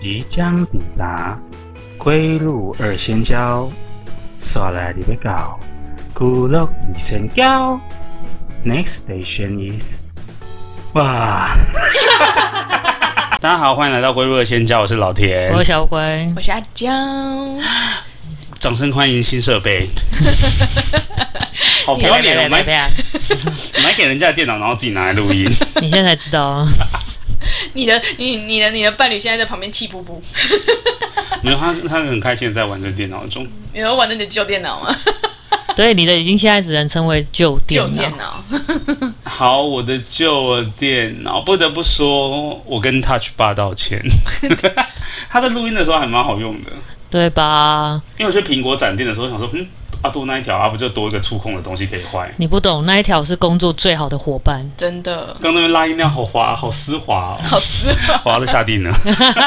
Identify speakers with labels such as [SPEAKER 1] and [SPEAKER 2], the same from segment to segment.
[SPEAKER 1] 即将抵达归路二仙交，刷来你要到古乐二仙交。Next station is，哇！ 大家好，欢迎来到归路二仙交，我是老田
[SPEAKER 2] 我，是小乖，
[SPEAKER 3] 我是阿江，
[SPEAKER 1] 掌声欢迎新设 备。好不要
[SPEAKER 2] 来
[SPEAKER 1] 脸，
[SPEAKER 2] 来
[SPEAKER 1] 我们
[SPEAKER 2] 来
[SPEAKER 1] 还
[SPEAKER 2] 来，
[SPEAKER 1] 我们还给人家的电脑，然后自己拿来录 音。
[SPEAKER 2] 你现在才知道啊？
[SPEAKER 3] 你的你你的你的伴侣现在在旁边气噗噗，
[SPEAKER 1] 没有，他他很开心地在玩这电脑中。
[SPEAKER 3] 你要玩的你的旧电脑吗？
[SPEAKER 2] 对，你的已经现在只能称为旧
[SPEAKER 3] 旧
[SPEAKER 2] 电脑
[SPEAKER 3] 电。脑，
[SPEAKER 1] 好，我的旧电脑，不得不说，我跟 Touch 爸道歉。 他在录音的时候还蛮好用的，
[SPEAKER 2] 对吧？
[SPEAKER 1] 因为我去苹果展店的时候想说，嗯，啊多那一条啊，不就多一个触控的东西可以换。
[SPEAKER 2] 你不懂，那一条是工作最好的伙伴。
[SPEAKER 3] 真的
[SPEAKER 1] 刚那边拉音量好滑，好丝滑、哦，
[SPEAKER 3] 好 丝滑
[SPEAKER 1] 滑到下地呢。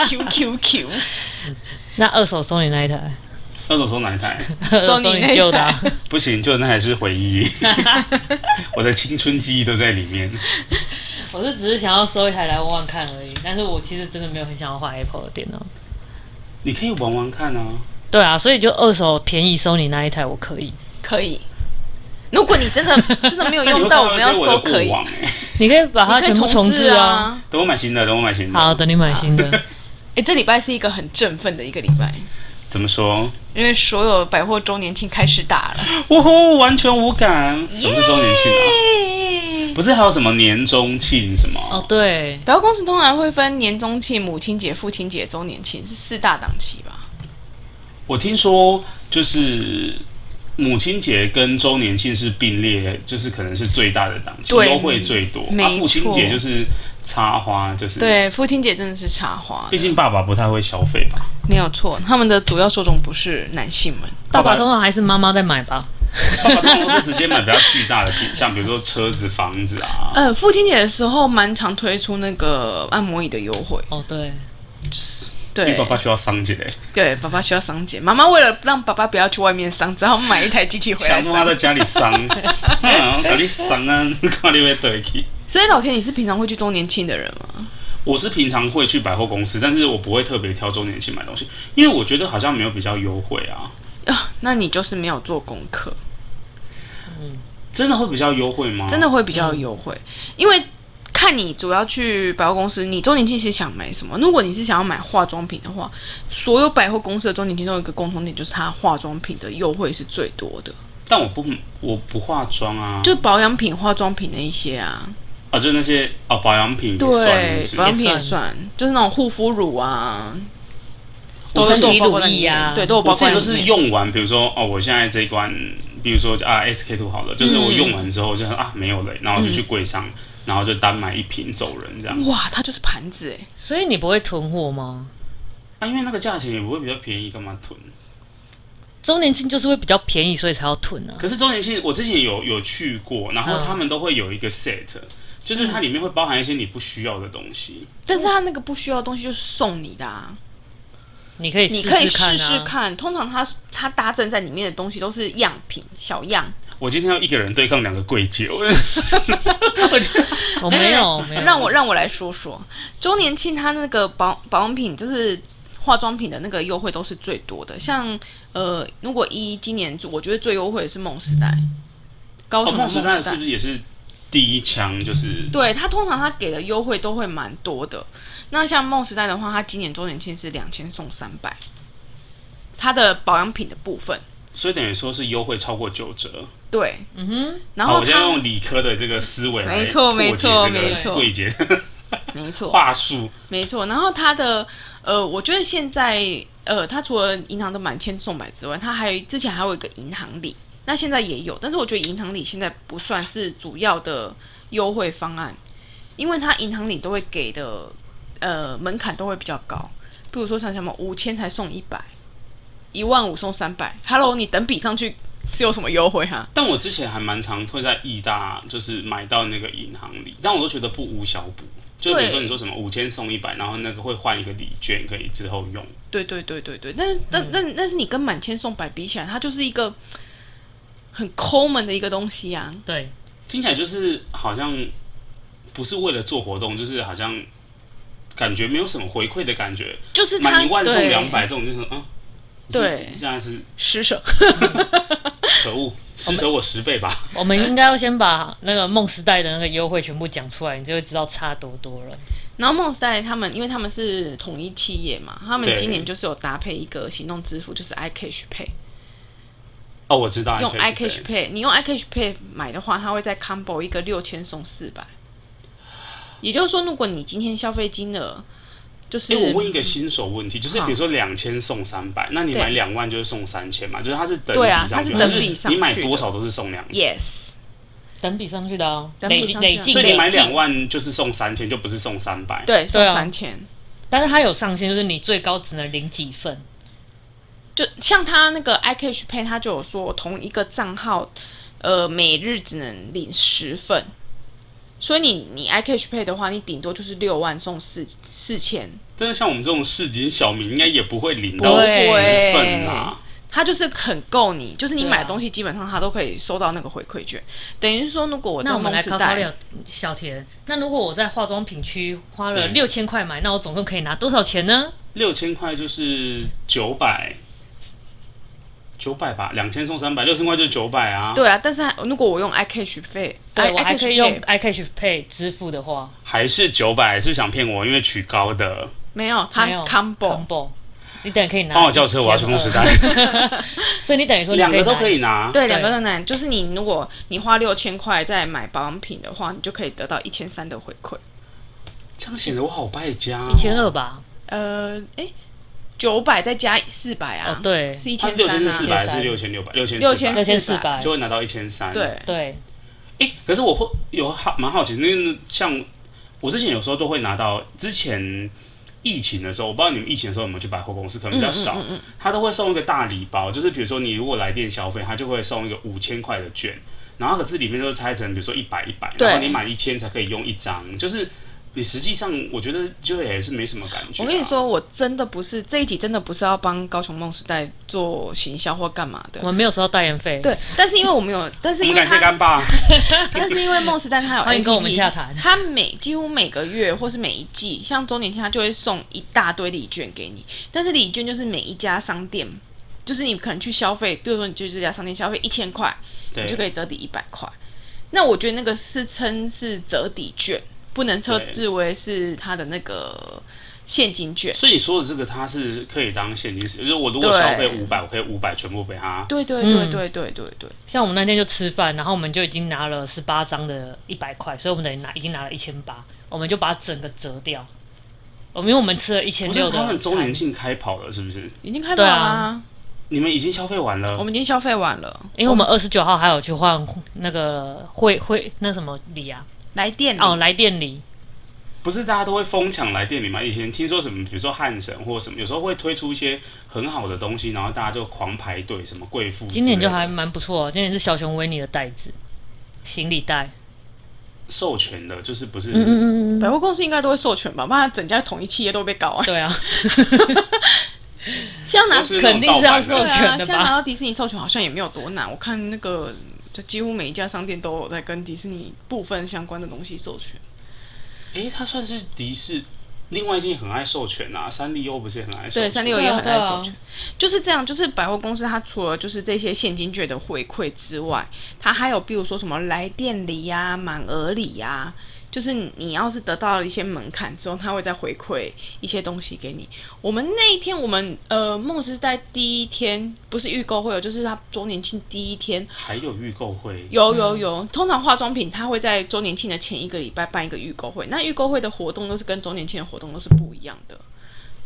[SPEAKER 3] ，Q Q Q，
[SPEAKER 2] 那二手送你那一台，
[SPEAKER 1] 那种说哪一台？
[SPEAKER 2] 二手
[SPEAKER 3] 你那一台
[SPEAKER 2] 你旧的啊、
[SPEAKER 1] 不行，就那还是回忆， 我的青春记忆都在里面。
[SPEAKER 2] 我是只是想要收一台来玩玩看而已，但是我其实真的没有很想要换 Apple 的电脑。
[SPEAKER 1] 你可以玩玩看啊。
[SPEAKER 2] 对啊，所以就二手便宜收你那一台，我可以。
[SPEAKER 3] 可以。如果你真的真的没有
[SPEAKER 1] 但你
[SPEAKER 3] 用
[SPEAKER 1] 会
[SPEAKER 3] 到，
[SPEAKER 1] 看
[SPEAKER 3] 们
[SPEAKER 1] 一
[SPEAKER 3] 要
[SPEAKER 1] 些我
[SPEAKER 3] 收
[SPEAKER 1] 的
[SPEAKER 3] 可
[SPEAKER 1] 过
[SPEAKER 3] 以，
[SPEAKER 1] 往哎、
[SPEAKER 2] 你可以把它
[SPEAKER 3] 你可以
[SPEAKER 2] 全部重
[SPEAKER 3] 置
[SPEAKER 2] 置啊。
[SPEAKER 3] 啊。
[SPEAKER 1] 等我买新的，等我买新的。
[SPEAKER 2] 好，等你买新的。
[SPEAKER 3] 哎，这礼拜是一个很振奋的一个礼拜，
[SPEAKER 1] 怎么说？
[SPEAKER 3] 因为所有百货周年庆开始打了。
[SPEAKER 1] 呜呼，完全无感。什么是周年庆啊？
[SPEAKER 3] 耶
[SPEAKER 1] 不是还有什么年中庆什么？
[SPEAKER 2] 哦，对，
[SPEAKER 3] 百货公司通常会分年中庆、母亲节、父亲节、周年庆，是四大档期吧？
[SPEAKER 1] 我听说就是母亲节跟周年庆是并列，就是可能是最大的档期，
[SPEAKER 3] 对
[SPEAKER 1] 优惠最多。
[SPEAKER 3] 没
[SPEAKER 1] 啊，父亲
[SPEAKER 3] 错
[SPEAKER 1] 节就是插花，就是。
[SPEAKER 3] 对，父亲节真的是插花
[SPEAKER 1] 毕，竟爸爸不太会消费 吧？
[SPEAKER 3] 没有错。他们的主要受众不是男性们，
[SPEAKER 2] 爸
[SPEAKER 1] 爸
[SPEAKER 2] 爸
[SPEAKER 1] 爸
[SPEAKER 2] 通常还是妈妈在买吧。
[SPEAKER 1] 爸爸通常都是直接买比较巨大的品项，比如说车子、房子啊。
[SPEAKER 3] 呃，父亲节的时候蛮常推出那个按摩椅的优惠，
[SPEAKER 2] 哦，对，
[SPEAKER 1] 因
[SPEAKER 3] 对
[SPEAKER 1] 为爸爸需要桑姐嘞，
[SPEAKER 3] 对，爸爸需要桑姐，妈妈为了让爸爸不要去外面桑，只好买一台机器回来
[SPEAKER 1] 强迫他
[SPEAKER 3] 桑
[SPEAKER 1] 在。家里桑， 嗯，搞你桑啊， 看你会对去。
[SPEAKER 3] 所以老田，你是平常会去周年庆的人吗？
[SPEAKER 1] 我是平常会去百货公司，但是我不会特别挑周年庆买东西，因为我觉得好像没有比较优惠啊。
[SPEAKER 3] 啊，那你就是没有做功课，
[SPEAKER 1] 真的会比较优惠吗？
[SPEAKER 3] 真的会比较有优
[SPEAKER 1] 嗯
[SPEAKER 3] 惠，因为看你主要去百货公司，你周年庆是想买什么？如果你是想要买化妆品的话，所有百货公司的周年庆都有一个共同点，就是它化妆品的优惠是最多的，
[SPEAKER 1] 但我不我不化妆啊，
[SPEAKER 3] 就保养品、化妆品的一些啊。
[SPEAKER 1] 啊，就那些啊保养品也算是
[SPEAKER 3] 对
[SPEAKER 1] 不，是
[SPEAKER 3] 保养品也
[SPEAKER 2] 也
[SPEAKER 3] 算，就是那种护肤乳啊，
[SPEAKER 1] 我
[SPEAKER 3] 都
[SPEAKER 1] 身
[SPEAKER 3] 是
[SPEAKER 1] 体
[SPEAKER 3] 都有包
[SPEAKER 2] 乳
[SPEAKER 3] 括在里
[SPEAKER 2] 液啊
[SPEAKER 3] 面，对，都有包
[SPEAKER 1] 我自
[SPEAKER 3] 括
[SPEAKER 1] 己
[SPEAKER 3] 在
[SPEAKER 1] 都
[SPEAKER 3] 里
[SPEAKER 1] 是
[SPEAKER 3] 面。
[SPEAKER 1] 用完，比如说哦，我现在这一罐，比如说啊 SK two 好了，就是我用完之后就想啊没有了，然后就去柜上，
[SPEAKER 3] 嗯
[SPEAKER 1] 然后就单买一瓶走人这样。
[SPEAKER 3] 哇，它就是盘子哎，
[SPEAKER 2] 所以你不会囤货吗？
[SPEAKER 1] 啊，因为那个价钱也不会比较便宜，干嘛囤？
[SPEAKER 2] 周年庆就是会比较便宜，所以才要囤啊。
[SPEAKER 1] 可是周年庆我之前有有去过，然后
[SPEAKER 2] 嗯
[SPEAKER 1] 他们都会有一个 set，、就是
[SPEAKER 3] 嗯
[SPEAKER 1] 它里面会包含一些你不需要的东西。
[SPEAKER 3] 但是它那个不需要的东西就是送你的啊，
[SPEAKER 2] 你可以
[SPEAKER 3] 你
[SPEAKER 2] 试
[SPEAKER 3] 可以
[SPEAKER 2] 看啊。
[SPEAKER 3] 试试看。通常它它搭赠在里面的东西都是样品小样，
[SPEAKER 1] 我今天要一个人对抗两个柜姐，我我觉得
[SPEAKER 2] 我没 有，没有。
[SPEAKER 3] 让我让我来说说周年庆，它那个保保养品就是化妆品的那个优惠都是最多的。像呃，如果一今年我觉得最优惠的是梦时代，高
[SPEAKER 1] 哦，
[SPEAKER 3] 雄的
[SPEAKER 1] 梦
[SPEAKER 3] 梦
[SPEAKER 1] 时
[SPEAKER 3] 时
[SPEAKER 1] 代
[SPEAKER 3] 代
[SPEAKER 1] 是不是也是第一枪就是？
[SPEAKER 3] 对他通常他给的优惠都会蛮多的。那像梦时代的话，它今年周年庆是两千送三百，它的保养品的部分，
[SPEAKER 1] 所以等于说是优惠超过九折。
[SPEAKER 3] 对，嗯哼，然
[SPEAKER 1] 好，
[SPEAKER 3] 后
[SPEAKER 1] 我现在
[SPEAKER 3] 它
[SPEAKER 1] 用理科的这个思维来
[SPEAKER 3] 没错
[SPEAKER 1] 破解
[SPEAKER 3] 没错
[SPEAKER 1] 这个
[SPEAKER 3] 没错
[SPEAKER 1] 柜姐
[SPEAKER 3] 没错
[SPEAKER 1] 话术。
[SPEAKER 3] 没错，然后它的呃，我觉得现在呃，它除了银行的满千送百之外，它还有之前还有一个银行礼，那现在也有，但是我觉得银行礼现在不算是主要的优惠方案，因为它银行礼都会给的呃门槛都会比较高，比如说像什么五千才送一百，一万五送三百，Hello，你等比上去是有什么优惠哈、
[SPEAKER 1] 但我之前还蛮常会在义大就是买到那个银行礼，但我都觉得不无小补。就比如说
[SPEAKER 3] 对
[SPEAKER 1] 你说什么五千送一百，然后那个会换一个礼券，可以之后用。
[SPEAKER 3] 对对对对对，但是但但但是你跟满千送百比起来，它就是一个很抠门的一个东西啊。
[SPEAKER 2] 对，
[SPEAKER 1] 听起来就是好像不是为了做活动，就是好像感觉没有什么回馈的感觉，
[SPEAKER 3] 就是他
[SPEAKER 1] 满一万送
[SPEAKER 3] 对
[SPEAKER 1] 两百这种就是嗯，是
[SPEAKER 3] 对
[SPEAKER 1] 这样是
[SPEAKER 3] 施舍，
[SPEAKER 1] 可
[SPEAKER 3] 哦
[SPEAKER 1] 恶，施舍我十倍吧。
[SPEAKER 2] 我们应该要先把那个梦时代的那个优惠全部讲出来，你就会知道差多多了。
[SPEAKER 3] 然后梦时代他们，因为他们是统一企业嘛，他们
[SPEAKER 1] 对
[SPEAKER 3] 今年就是有搭配一个行动支付，就是 iCash Pay，
[SPEAKER 1] 哦，我知道，
[SPEAKER 3] 用
[SPEAKER 1] I K
[SPEAKER 3] iCash Pay，你用 iCash Pay 买的话，它会再 combo 一个六千送四百。也就是说，如果你今天消费金额就是
[SPEAKER 1] 哎、我问一个新手问题，就是比如说两千送三百，那你
[SPEAKER 3] 嗯对
[SPEAKER 1] 买两万就是送三千嘛？就是它是等
[SPEAKER 3] 对啊
[SPEAKER 1] 比上去
[SPEAKER 3] 它是
[SPEAKER 1] 的
[SPEAKER 3] 等比上
[SPEAKER 1] 你买
[SPEAKER 3] 去的
[SPEAKER 1] 多少都是送两千。
[SPEAKER 3] yes，
[SPEAKER 2] 等比上去的啊，
[SPEAKER 3] 等
[SPEAKER 2] 累
[SPEAKER 3] 比上去啊
[SPEAKER 2] 累进
[SPEAKER 1] 所以你买
[SPEAKER 2] 累
[SPEAKER 1] 两
[SPEAKER 2] 进，
[SPEAKER 1] 万就是送三千，就不是送三百。
[SPEAKER 3] 对，送
[SPEAKER 2] 对啊
[SPEAKER 3] 三千。
[SPEAKER 2] 但是它有上限，就是你最高只能领几份。
[SPEAKER 3] 就像他那个 iCash Pay，他就有说同一个账号，呃，每日只能领十份，所以你你 iCash Pay 的话，你顶多就是六万送四四千，
[SPEAKER 1] 但是像我们这种市井小民，应该也不会领到十
[SPEAKER 2] 对
[SPEAKER 1] 份啊。
[SPEAKER 3] 它就是很够你，就是你
[SPEAKER 2] 对啊
[SPEAKER 3] 买东西基本上它都可以收到那个回馈券。等于说，如果我在
[SPEAKER 2] 那我们
[SPEAKER 3] 梦
[SPEAKER 2] 来
[SPEAKER 3] 时
[SPEAKER 2] 考考
[SPEAKER 3] 代
[SPEAKER 2] 了，小田，那如果我在化妆品区花了
[SPEAKER 1] 对
[SPEAKER 2] 六千块买，那我总共可以拿多少钱呢？
[SPEAKER 1] 六千块就是九百，九百吧，两千送三百，六千块就是九百啊。
[SPEAKER 3] 对啊，但是如果我用 iCash Pay，
[SPEAKER 2] 对
[SPEAKER 3] i
[SPEAKER 2] 我还
[SPEAKER 3] iCash
[SPEAKER 2] 可以用
[SPEAKER 3] Pay，
[SPEAKER 2] iCash Pay 支付的话
[SPEAKER 1] 还是九百？是不是想骗我？因为取高的，
[SPEAKER 3] 没有它
[SPEAKER 2] 没有
[SPEAKER 3] combo，
[SPEAKER 2] combo，你等于可以拿。
[SPEAKER 1] 帮我叫车，我要去梦时，代，
[SPEAKER 2] 所以你等于说你
[SPEAKER 1] 两个都
[SPEAKER 2] 拿
[SPEAKER 1] 可以拿。
[SPEAKER 3] 对，两个都难。就是你如果你花六千块再买保养品的话，你就可以得到一千三的回馈。
[SPEAKER 1] 这样显得我好败家、哦。
[SPEAKER 2] 一千二吧？
[SPEAKER 3] 呃，哎，九百再加四百啊，
[SPEAKER 2] 哦，对，
[SPEAKER 3] 是一
[SPEAKER 1] 它
[SPEAKER 3] 千
[SPEAKER 1] 六千
[SPEAKER 3] 三
[SPEAKER 1] 是四
[SPEAKER 3] 啊，
[SPEAKER 1] 百还是六千六百？六千
[SPEAKER 3] 六千
[SPEAKER 2] 六千四百
[SPEAKER 1] 就。会拿到一千三。，
[SPEAKER 3] 对，
[SPEAKER 2] 对，
[SPEAKER 1] 哎、可是我会有好蛮好奇，那个像我之前有时候都会拿到，之前疫情的时候，我不知道你们疫情的时候有没有去百货公司，可能比较
[SPEAKER 3] 嗯
[SPEAKER 1] 少，他都会送一个大礼包，就是比如说你如果来店消费，他就会送一个五千块的券，然后可是里面都拆成比如说一百一百，
[SPEAKER 3] 对
[SPEAKER 1] 然后你满一千才可以用一张，就是你实际上我觉得就也是没什么感觉、啊
[SPEAKER 3] 我跟你，说，我真的不是这一集，真的不是要帮高雄梦时代做行销或干嘛的
[SPEAKER 2] 我。们没有收到代言费。，
[SPEAKER 3] 对，但是因为我们有，但是
[SPEAKER 1] 我
[SPEAKER 3] 因
[SPEAKER 1] 们感
[SPEAKER 3] 为
[SPEAKER 1] 谢
[SPEAKER 3] 他，
[SPEAKER 1] 干爸，
[SPEAKER 3] 但是因为梦时代它有 APP,
[SPEAKER 2] 欢迎跟我们洽谈
[SPEAKER 3] 它每几乎每个月或是每一季，像周年庆，它就会送一大堆礼券给你。但是礼券就是每一家商店，就是你可能去消费，比如说你去这家商店消费一千块，
[SPEAKER 1] 对
[SPEAKER 3] 你就可以折抵一百块。那我觉得那个是称是折抵券，不能称
[SPEAKER 1] 对
[SPEAKER 3] 之为是它的那个现金券。
[SPEAKER 1] 所以你说的这个，它是可以当现金使，就是我如果
[SPEAKER 3] 对
[SPEAKER 1] 消费五百，我可以五百全部给他。
[SPEAKER 3] 对对
[SPEAKER 2] 嗯
[SPEAKER 3] 对对对对对，
[SPEAKER 2] 像我们那天就吃饭，然后我们就已经拿了十八张的一百块，所以我们等于拿已经拿了一千八，我们就把整个折掉。我们因为我们吃了一千
[SPEAKER 1] 不
[SPEAKER 2] 六
[SPEAKER 1] 是
[SPEAKER 2] 的
[SPEAKER 1] 他
[SPEAKER 2] 餐，
[SPEAKER 1] 们周年庆开跑了，是不是？
[SPEAKER 3] 已经开跑
[SPEAKER 2] 对
[SPEAKER 3] 啦、
[SPEAKER 2] 啊
[SPEAKER 1] 你们已经消费完了
[SPEAKER 3] 我，们已经消费完了。
[SPEAKER 2] 因为我们二十九号还有去换那个会会那什么礼啊，
[SPEAKER 3] 来电里
[SPEAKER 2] 哦，来电礼，
[SPEAKER 1] 不是大家都会疯抢来店里吗？以前听说什么，比如说汉神或什么，有时候会推出一些很好的东西，然后大家就狂排队，什么贵妇之类的。
[SPEAKER 2] 今年就还蛮不错、哦，今年是小熊维尼的袋子，行李袋，
[SPEAKER 1] 授权的，就是不是？
[SPEAKER 2] 嗯嗯嗯，
[SPEAKER 3] 百货公司应该都会授权吧，不然整家统一企业都被 告啊。
[SPEAKER 2] 对啊，
[SPEAKER 3] 像拿
[SPEAKER 1] 都是那种
[SPEAKER 2] 肯定是要
[SPEAKER 1] 盗版的
[SPEAKER 2] 授
[SPEAKER 3] 对
[SPEAKER 2] 权的吧
[SPEAKER 3] 啊，现在拿到迪士尼授权好像也没有多难。我看那个，就几乎每一家商店都有在跟迪士尼部分相关的东西授权。
[SPEAKER 1] 诶，它算是迪士。另外一件很爱授权啊，三丽鸥不是也很爱授权？
[SPEAKER 3] 对，三六
[SPEAKER 2] 对
[SPEAKER 3] 也
[SPEAKER 2] 啊
[SPEAKER 3] 很爱
[SPEAKER 2] 对啊
[SPEAKER 3] 授权，就是这样。就是百货公司，它除了就是这些现金券的回馈之外，它还有比如说什么来电礼呀、满额礼呀，就是你要是得到了一些门槛之后，它会再回馈一些东西给你。我们那一天，我们呃梦时代第一天不是预购会有，哦就是它周年庆第一天
[SPEAKER 1] 还有预购会，
[SPEAKER 3] 有有有，
[SPEAKER 2] 嗯
[SPEAKER 3] 通常化妆品它会在周年庆的前一个礼拜办一个预购会，那预购会的活动都是跟周年庆的活动都是不一样的。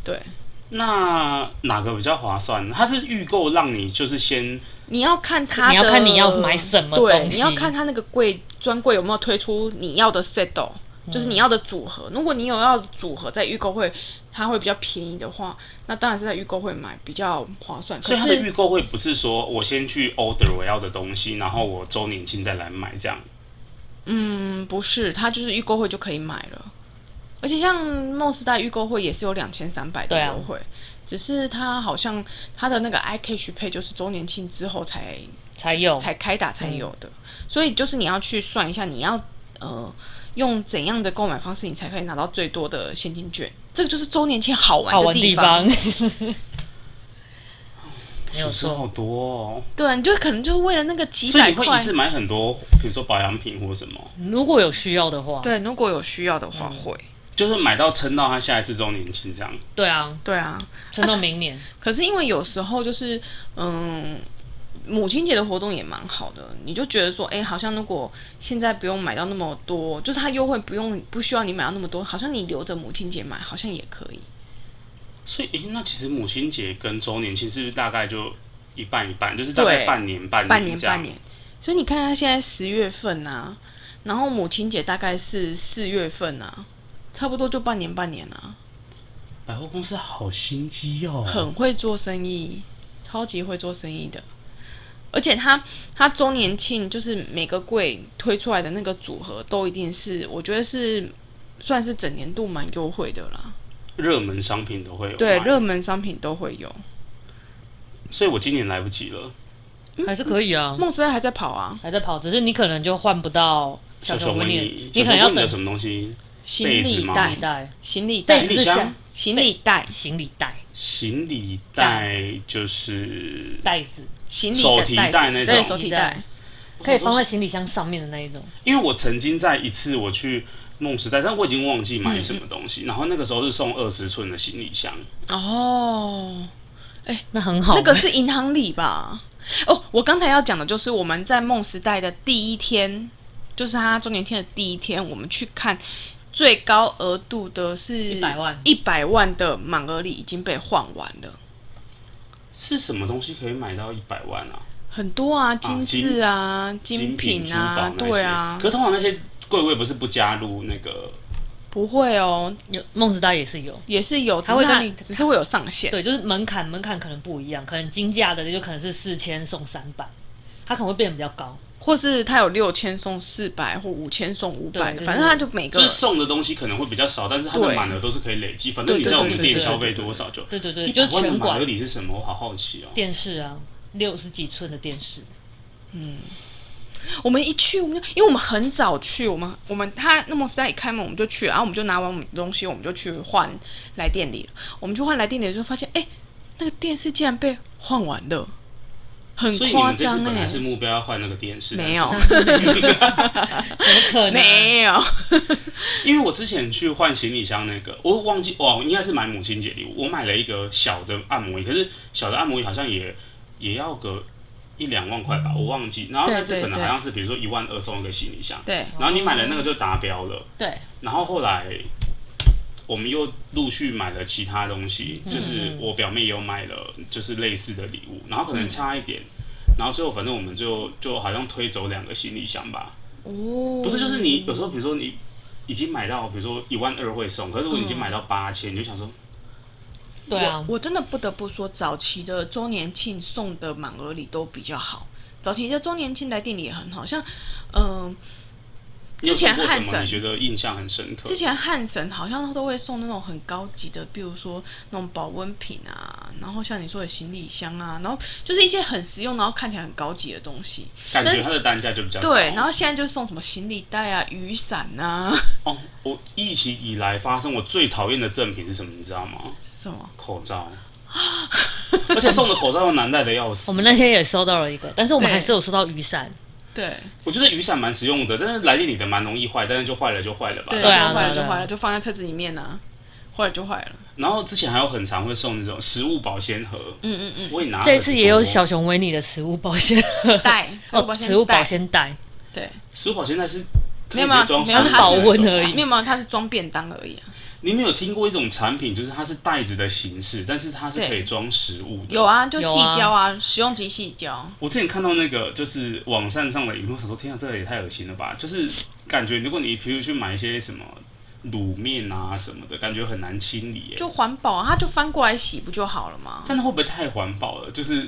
[SPEAKER 3] 对，
[SPEAKER 1] 那哪个比较划算？它是预购让你就是先
[SPEAKER 3] 你要看它的，
[SPEAKER 2] 你要看你要买什么
[SPEAKER 3] 对，
[SPEAKER 2] 东西
[SPEAKER 3] 你要看它那个柜专柜有没有推出你要的 set，哦就是你要的组合。如果你有要的组合，在预购会它会比较便宜的话，那当然是在预购会买比较划算。
[SPEAKER 1] 所以
[SPEAKER 3] 可
[SPEAKER 1] 它的
[SPEAKER 3] 是
[SPEAKER 1] 预购会不是说我先去 order 我要的东西，然后我周年庆再来买这样。
[SPEAKER 3] 嗯，不是，它就是预购会就可以买了。而且像梦时代预购会也是有两千三百的
[SPEAKER 2] 对啊
[SPEAKER 3] 优惠，只是它好像它的那个 iCash Pay 就是周年庆之后才
[SPEAKER 2] 才有，嗯
[SPEAKER 3] 才开打才有的，所以就是你要去算一下，你要呃用怎样的购买方式你才可以拿到最多的现金券？这个就是周年庆好玩
[SPEAKER 2] 好
[SPEAKER 3] 的
[SPEAKER 2] 玩
[SPEAKER 3] 地
[SPEAKER 2] 地
[SPEAKER 3] 方。
[SPEAKER 2] 方， 没有
[SPEAKER 1] 损失好
[SPEAKER 2] 错，
[SPEAKER 1] 多哦。
[SPEAKER 3] 对，啊你就可能就是为了那个几
[SPEAKER 1] 所以
[SPEAKER 3] 百
[SPEAKER 1] 你会
[SPEAKER 3] 块
[SPEAKER 1] 一。次买很多，比如说保养品或什么，
[SPEAKER 2] 如果有需要的话，
[SPEAKER 3] 对，如果有需要的话
[SPEAKER 2] 嗯
[SPEAKER 3] 会。
[SPEAKER 1] 就是买到撑到他下一次周年庆这样。
[SPEAKER 2] 对啊，
[SPEAKER 3] 对啊，
[SPEAKER 2] 撑到明年，
[SPEAKER 3] 可是因为有时候就是，嗯，母亲节的活动也蛮好的，你就觉得说，哎、好像如果现在不用买到那么多，就是它优惠不用不需要你买到那么多，好像你留着母亲节买好像也可以。
[SPEAKER 1] 所以，诶、那其实母亲节跟周年庆是不是大概就一半一半，就是大概
[SPEAKER 3] 对
[SPEAKER 1] 半年半
[SPEAKER 3] 半年
[SPEAKER 1] 这样
[SPEAKER 3] 半年。所以你看他现在十月份啊，然后母亲节大概是四月份啊，差不多就半年半年啊，
[SPEAKER 1] 百货公司好心机哦，
[SPEAKER 3] 很会做生意，超级会做生意的。而且他他周年庆就是每个柜推出来的那个组合都一定是，我觉得是算是整年度蛮优惠的啦。
[SPEAKER 1] 热门商品都会有
[SPEAKER 3] 对，
[SPEAKER 1] 卖
[SPEAKER 3] 热门商品都会有。
[SPEAKER 1] 所以我今年来不及了，
[SPEAKER 2] 还是可以啊，
[SPEAKER 3] 梦之爱还在跑啊，
[SPEAKER 2] 还在跑，只是你可能就换不到小
[SPEAKER 1] 小
[SPEAKER 2] 熊
[SPEAKER 1] 熊
[SPEAKER 2] 维
[SPEAKER 1] 维
[SPEAKER 2] 尼
[SPEAKER 1] 尼，，小
[SPEAKER 2] 你可
[SPEAKER 1] 熊
[SPEAKER 2] 能要
[SPEAKER 1] 维尼的
[SPEAKER 2] 等
[SPEAKER 1] 什么东西？
[SPEAKER 3] 行
[SPEAKER 1] 被子
[SPEAKER 3] 李
[SPEAKER 1] 吗
[SPEAKER 2] 一
[SPEAKER 3] 袋，
[SPEAKER 2] 代
[SPEAKER 3] 行李
[SPEAKER 2] 被
[SPEAKER 3] 袋
[SPEAKER 1] 行
[SPEAKER 2] 子
[SPEAKER 1] 李
[SPEAKER 2] 是
[SPEAKER 1] 箱
[SPEAKER 2] 像
[SPEAKER 3] 行李袋，
[SPEAKER 2] 行李袋、
[SPEAKER 1] 行李袋就是
[SPEAKER 2] 袋子，
[SPEAKER 3] 行
[SPEAKER 1] 手
[SPEAKER 3] 李
[SPEAKER 1] 提
[SPEAKER 3] 袋子
[SPEAKER 1] 袋那种
[SPEAKER 3] 对，手提
[SPEAKER 2] 手提
[SPEAKER 3] 袋
[SPEAKER 2] 袋。可以放在行李箱上面的那一种，
[SPEAKER 1] 因为我曾经在一次我去梦时代，但我已经忘记买什么东
[SPEAKER 3] 嗯
[SPEAKER 1] 西，然后那个时候是送二十寸的行李箱，
[SPEAKER 3] 哦，
[SPEAKER 2] 那很好。
[SPEAKER 3] 那个是银行里吧？哦，我刚才要讲的就是我们在梦时代的第一天，就是他周年庆的第一天，我们去看最高额度的是
[SPEAKER 2] 100万
[SPEAKER 3] 一百万的满额礼已经被换完了，
[SPEAKER 1] 是什么东西可以买到一百万啊？
[SPEAKER 3] 很多啊，金饰啊，
[SPEAKER 1] 精
[SPEAKER 3] 品
[SPEAKER 1] 珠宝
[SPEAKER 3] 啊
[SPEAKER 1] 那，些
[SPEAKER 3] 对啊
[SPEAKER 1] 可，是通常那些柜位不是不加入那个
[SPEAKER 3] 不会哦，
[SPEAKER 2] 有梦时代也是有，
[SPEAKER 3] 也是有，只
[SPEAKER 2] 他会
[SPEAKER 3] 是它
[SPEAKER 2] 跟你
[SPEAKER 3] 只是会有上限，
[SPEAKER 2] 对，就是门槛门槛可能不一样，可能金价的就可能是四千送三百，它可能会变得比较高。
[SPEAKER 3] 或是它有六千送四百或五千送五百
[SPEAKER 2] 对就
[SPEAKER 3] 的，
[SPEAKER 2] 是
[SPEAKER 3] 反正它就每
[SPEAKER 1] 就
[SPEAKER 3] 个
[SPEAKER 1] 是送的东西可能会比较少，但是它的
[SPEAKER 3] 对
[SPEAKER 1] 满额都是可以累积，反正你
[SPEAKER 3] 对对
[SPEAKER 1] 在我
[SPEAKER 3] 对
[SPEAKER 1] 们
[SPEAKER 3] 对
[SPEAKER 1] 店
[SPEAKER 2] 对
[SPEAKER 1] 消费多少就哎
[SPEAKER 2] 对对对，
[SPEAKER 1] 一
[SPEAKER 2] 就
[SPEAKER 1] 百
[SPEAKER 2] 是
[SPEAKER 1] 万的满
[SPEAKER 2] 全馆
[SPEAKER 1] 额礼是什么？我好好奇哦。
[SPEAKER 2] 电视啊，六十几寸的电视，
[SPEAKER 3] 我们一去，我们就因为我们很早去，我们我们他那么时代一开门我们就去，啊然后我们就拿完我们的东西，我们就去换来店里了。我们去换来店里的时候，发现哎、那个电视竟然被换完了，很
[SPEAKER 1] 所以你
[SPEAKER 3] 夸
[SPEAKER 1] 们这次
[SPEAKER 3] 张
[SPEAKER 1] 本
[SPEAKER 3] 哎、
[SPEAKER 1] 来是目标要换那个电视，
[SPEAKER 3] 没有
[SPEAKER 1] 但
[SPEAKER 2] 怎么可能？
[SPEAKER 3] 没 有，
[SPEAKER 1] 是，因为我之前去换行李箱那个，我忘记哦，应该是买母亲节礼物，我买了一个小的按摩椅，可是小的按摩椅好像也也要个一两万块吧，我忘记。然后
[SPEAKER 3] 对
[SPEAKER 1] 那次可
[SPEAKER 3] 对
[SPEAKER 1] 能
[SPEAKER 3] 对
[SPEAKER 1] 好像是比如说一万二送一个行李箱，
[SPEAKER 3] 对
[SPEAKER 1] 然后你买了那个就达标了。
[SPEAKER 3] 对，
[SPEAKER 1] 然后后来我们又陆续买了其他东西，
[SPEAKER 3] 嗯
[SPEAKER 1] 就是我表妹也有买了，就是类似的礼物，然后可能差一点，然后最后反正我们就就好像推走两个行李箱吧，
[SPEAKER 3] 哦
[SPEAKER 1] 不是就是你有时候比如说你已经买到比如说一万二会送，可是如果你已经买到八千，你就想说
[SPEAKER 2] 对啊，
[SPEAKER 3] 我真的不得不说，早期的周年庆送的满额礼都比较好。早期的周年庆来店里也很好，像嗯、
[SPEAKER 1] 你有
[SPEAKER 3] 之前
[SPEAKER 1] 送过什
[SPEAKER 3] 汉
[SPEAKER 1] 么
[SPEAKER 3] 神
[SPEAKER 1] 你觉得印象很深刻
[SPEAKER 3] 之？前汉神好像都会送那种很高级的，比如说那种保温瓶啊，然后像你说的行李箱啊，然后就是一些很实用，然后看起来很高级的东西。
[SPEAKER 1] 感觉它的单价就比较高
[SPEAKER 3] 对，然后现在就送什么行李袋啊、雨伞啊，
[SPEAKER 1] 哦，我疫情以来发生我最讨厌的赠品是什么，你知道吗？
[SPEAKER 3] 什么
[SPEAKER 1] 口罩，而且送的口罩又难戴的要死。
[SPEAKER 2] 我们那天也收到了一个，但是我们
[SPEAKER 3] 对
[SPEAKER 2] 还是有收到雨伞，
[SPEAKER 3] 对
[SPEAKER 1] 我觉得雨伞蛮实用的，但是来店里的蛮容易坏，但是就坏了就坏了吧。
[SPEAKER 3] 对，
[SPEAKER 2] 对啊
[SPEAKER 3] 就坏了就
[SPEAKER 2] 对啊
[SPEAKER 3] 坏了，就放在车子里面啊，坏了就坏了。
[SPEAKER 1] 然后之前还有很常会送那种食物保鲜盒，嗯嗯嗯，我也拿很多。
[SPEAKER 2] 这次也有小熊维尼的食物保 鲜
[SPEAKER 3] 袋，食物保
[SPEAKER 2] 哦，
[SPEAKER 3] 鲜
[SPEAKER 2] 食物保
[SPEAKER 3] 袋，
[SPEAKER 2] 鲜袋，
[SPEAKER 3] 对，
[SPEAKER 1] 食物保鲜袋是可
[SPEAKER 3] 没
[SPEAKER 1] 以
[SPEAKER 3] 有
[SPEAKER 1] 直
[SPEAKER 3] 没有
[SPEAKER 1] 接装
[SPEAKER 3] 没
[SPEAKER 1] 食
[SPEAKER 3] 有
[SPEAKER 1] 物的
[SPEAKER 3] 它
[SPEAKER 1] 那
[SPEAKER 2] 保
[SPEAKER 1] 种
[SPEAKER 2] 温而已。
[SPEAKER 3] 没有没有，它是装便当而已啊。
[SPEAKER 1] 你们有听过一种产品，就是它是袋子的形式，但是它是可以装食物的。
[SPEAKER 3] 有，啊，就
[SPEAKER 2] 有
[SPEAKER 3] 细
[SPEAKER 2] 啊
[SPEAKER 3] 胶啊，使用级细胶。
[SPEAKER 1] 我之前看到那个就是网站上的影片，我想说天啊，这个也太恶心了吧！就是感觉如果你比如去买一些什么卤面啊什么的，感觉很难清理耶。
[SPEAKER 3] 就环保啊，它就翻过来洗不就好了吗？
[SPEAKER 1] 但它会不会太环保了？就是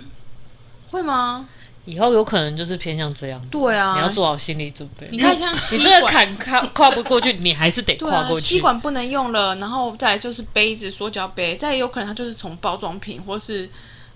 [SPEAKER 3] 会吗？
[SPEAKER 2] 以后有可能就是偏向这样，
[SPEAKER 3] 对啊，
[SPEAKER 2] 你要做好心理准备。
[SPEAKER 3] 你看像吸
[SPEAKER 2] 你这个
[SPEAKER 3] 管，
[SPEAKER 2] 坎跨跨不过去，你还是得
[SPEAKER 3] 对
[SPEAKER 2] 跨
[SPEAKER 3] 啊
[SPEAKER 2] 过，去。
[SPEAKER 3] 吸管不能用了，然后再来就是杯子、塑胶杯，再有可能它就是从包装品或是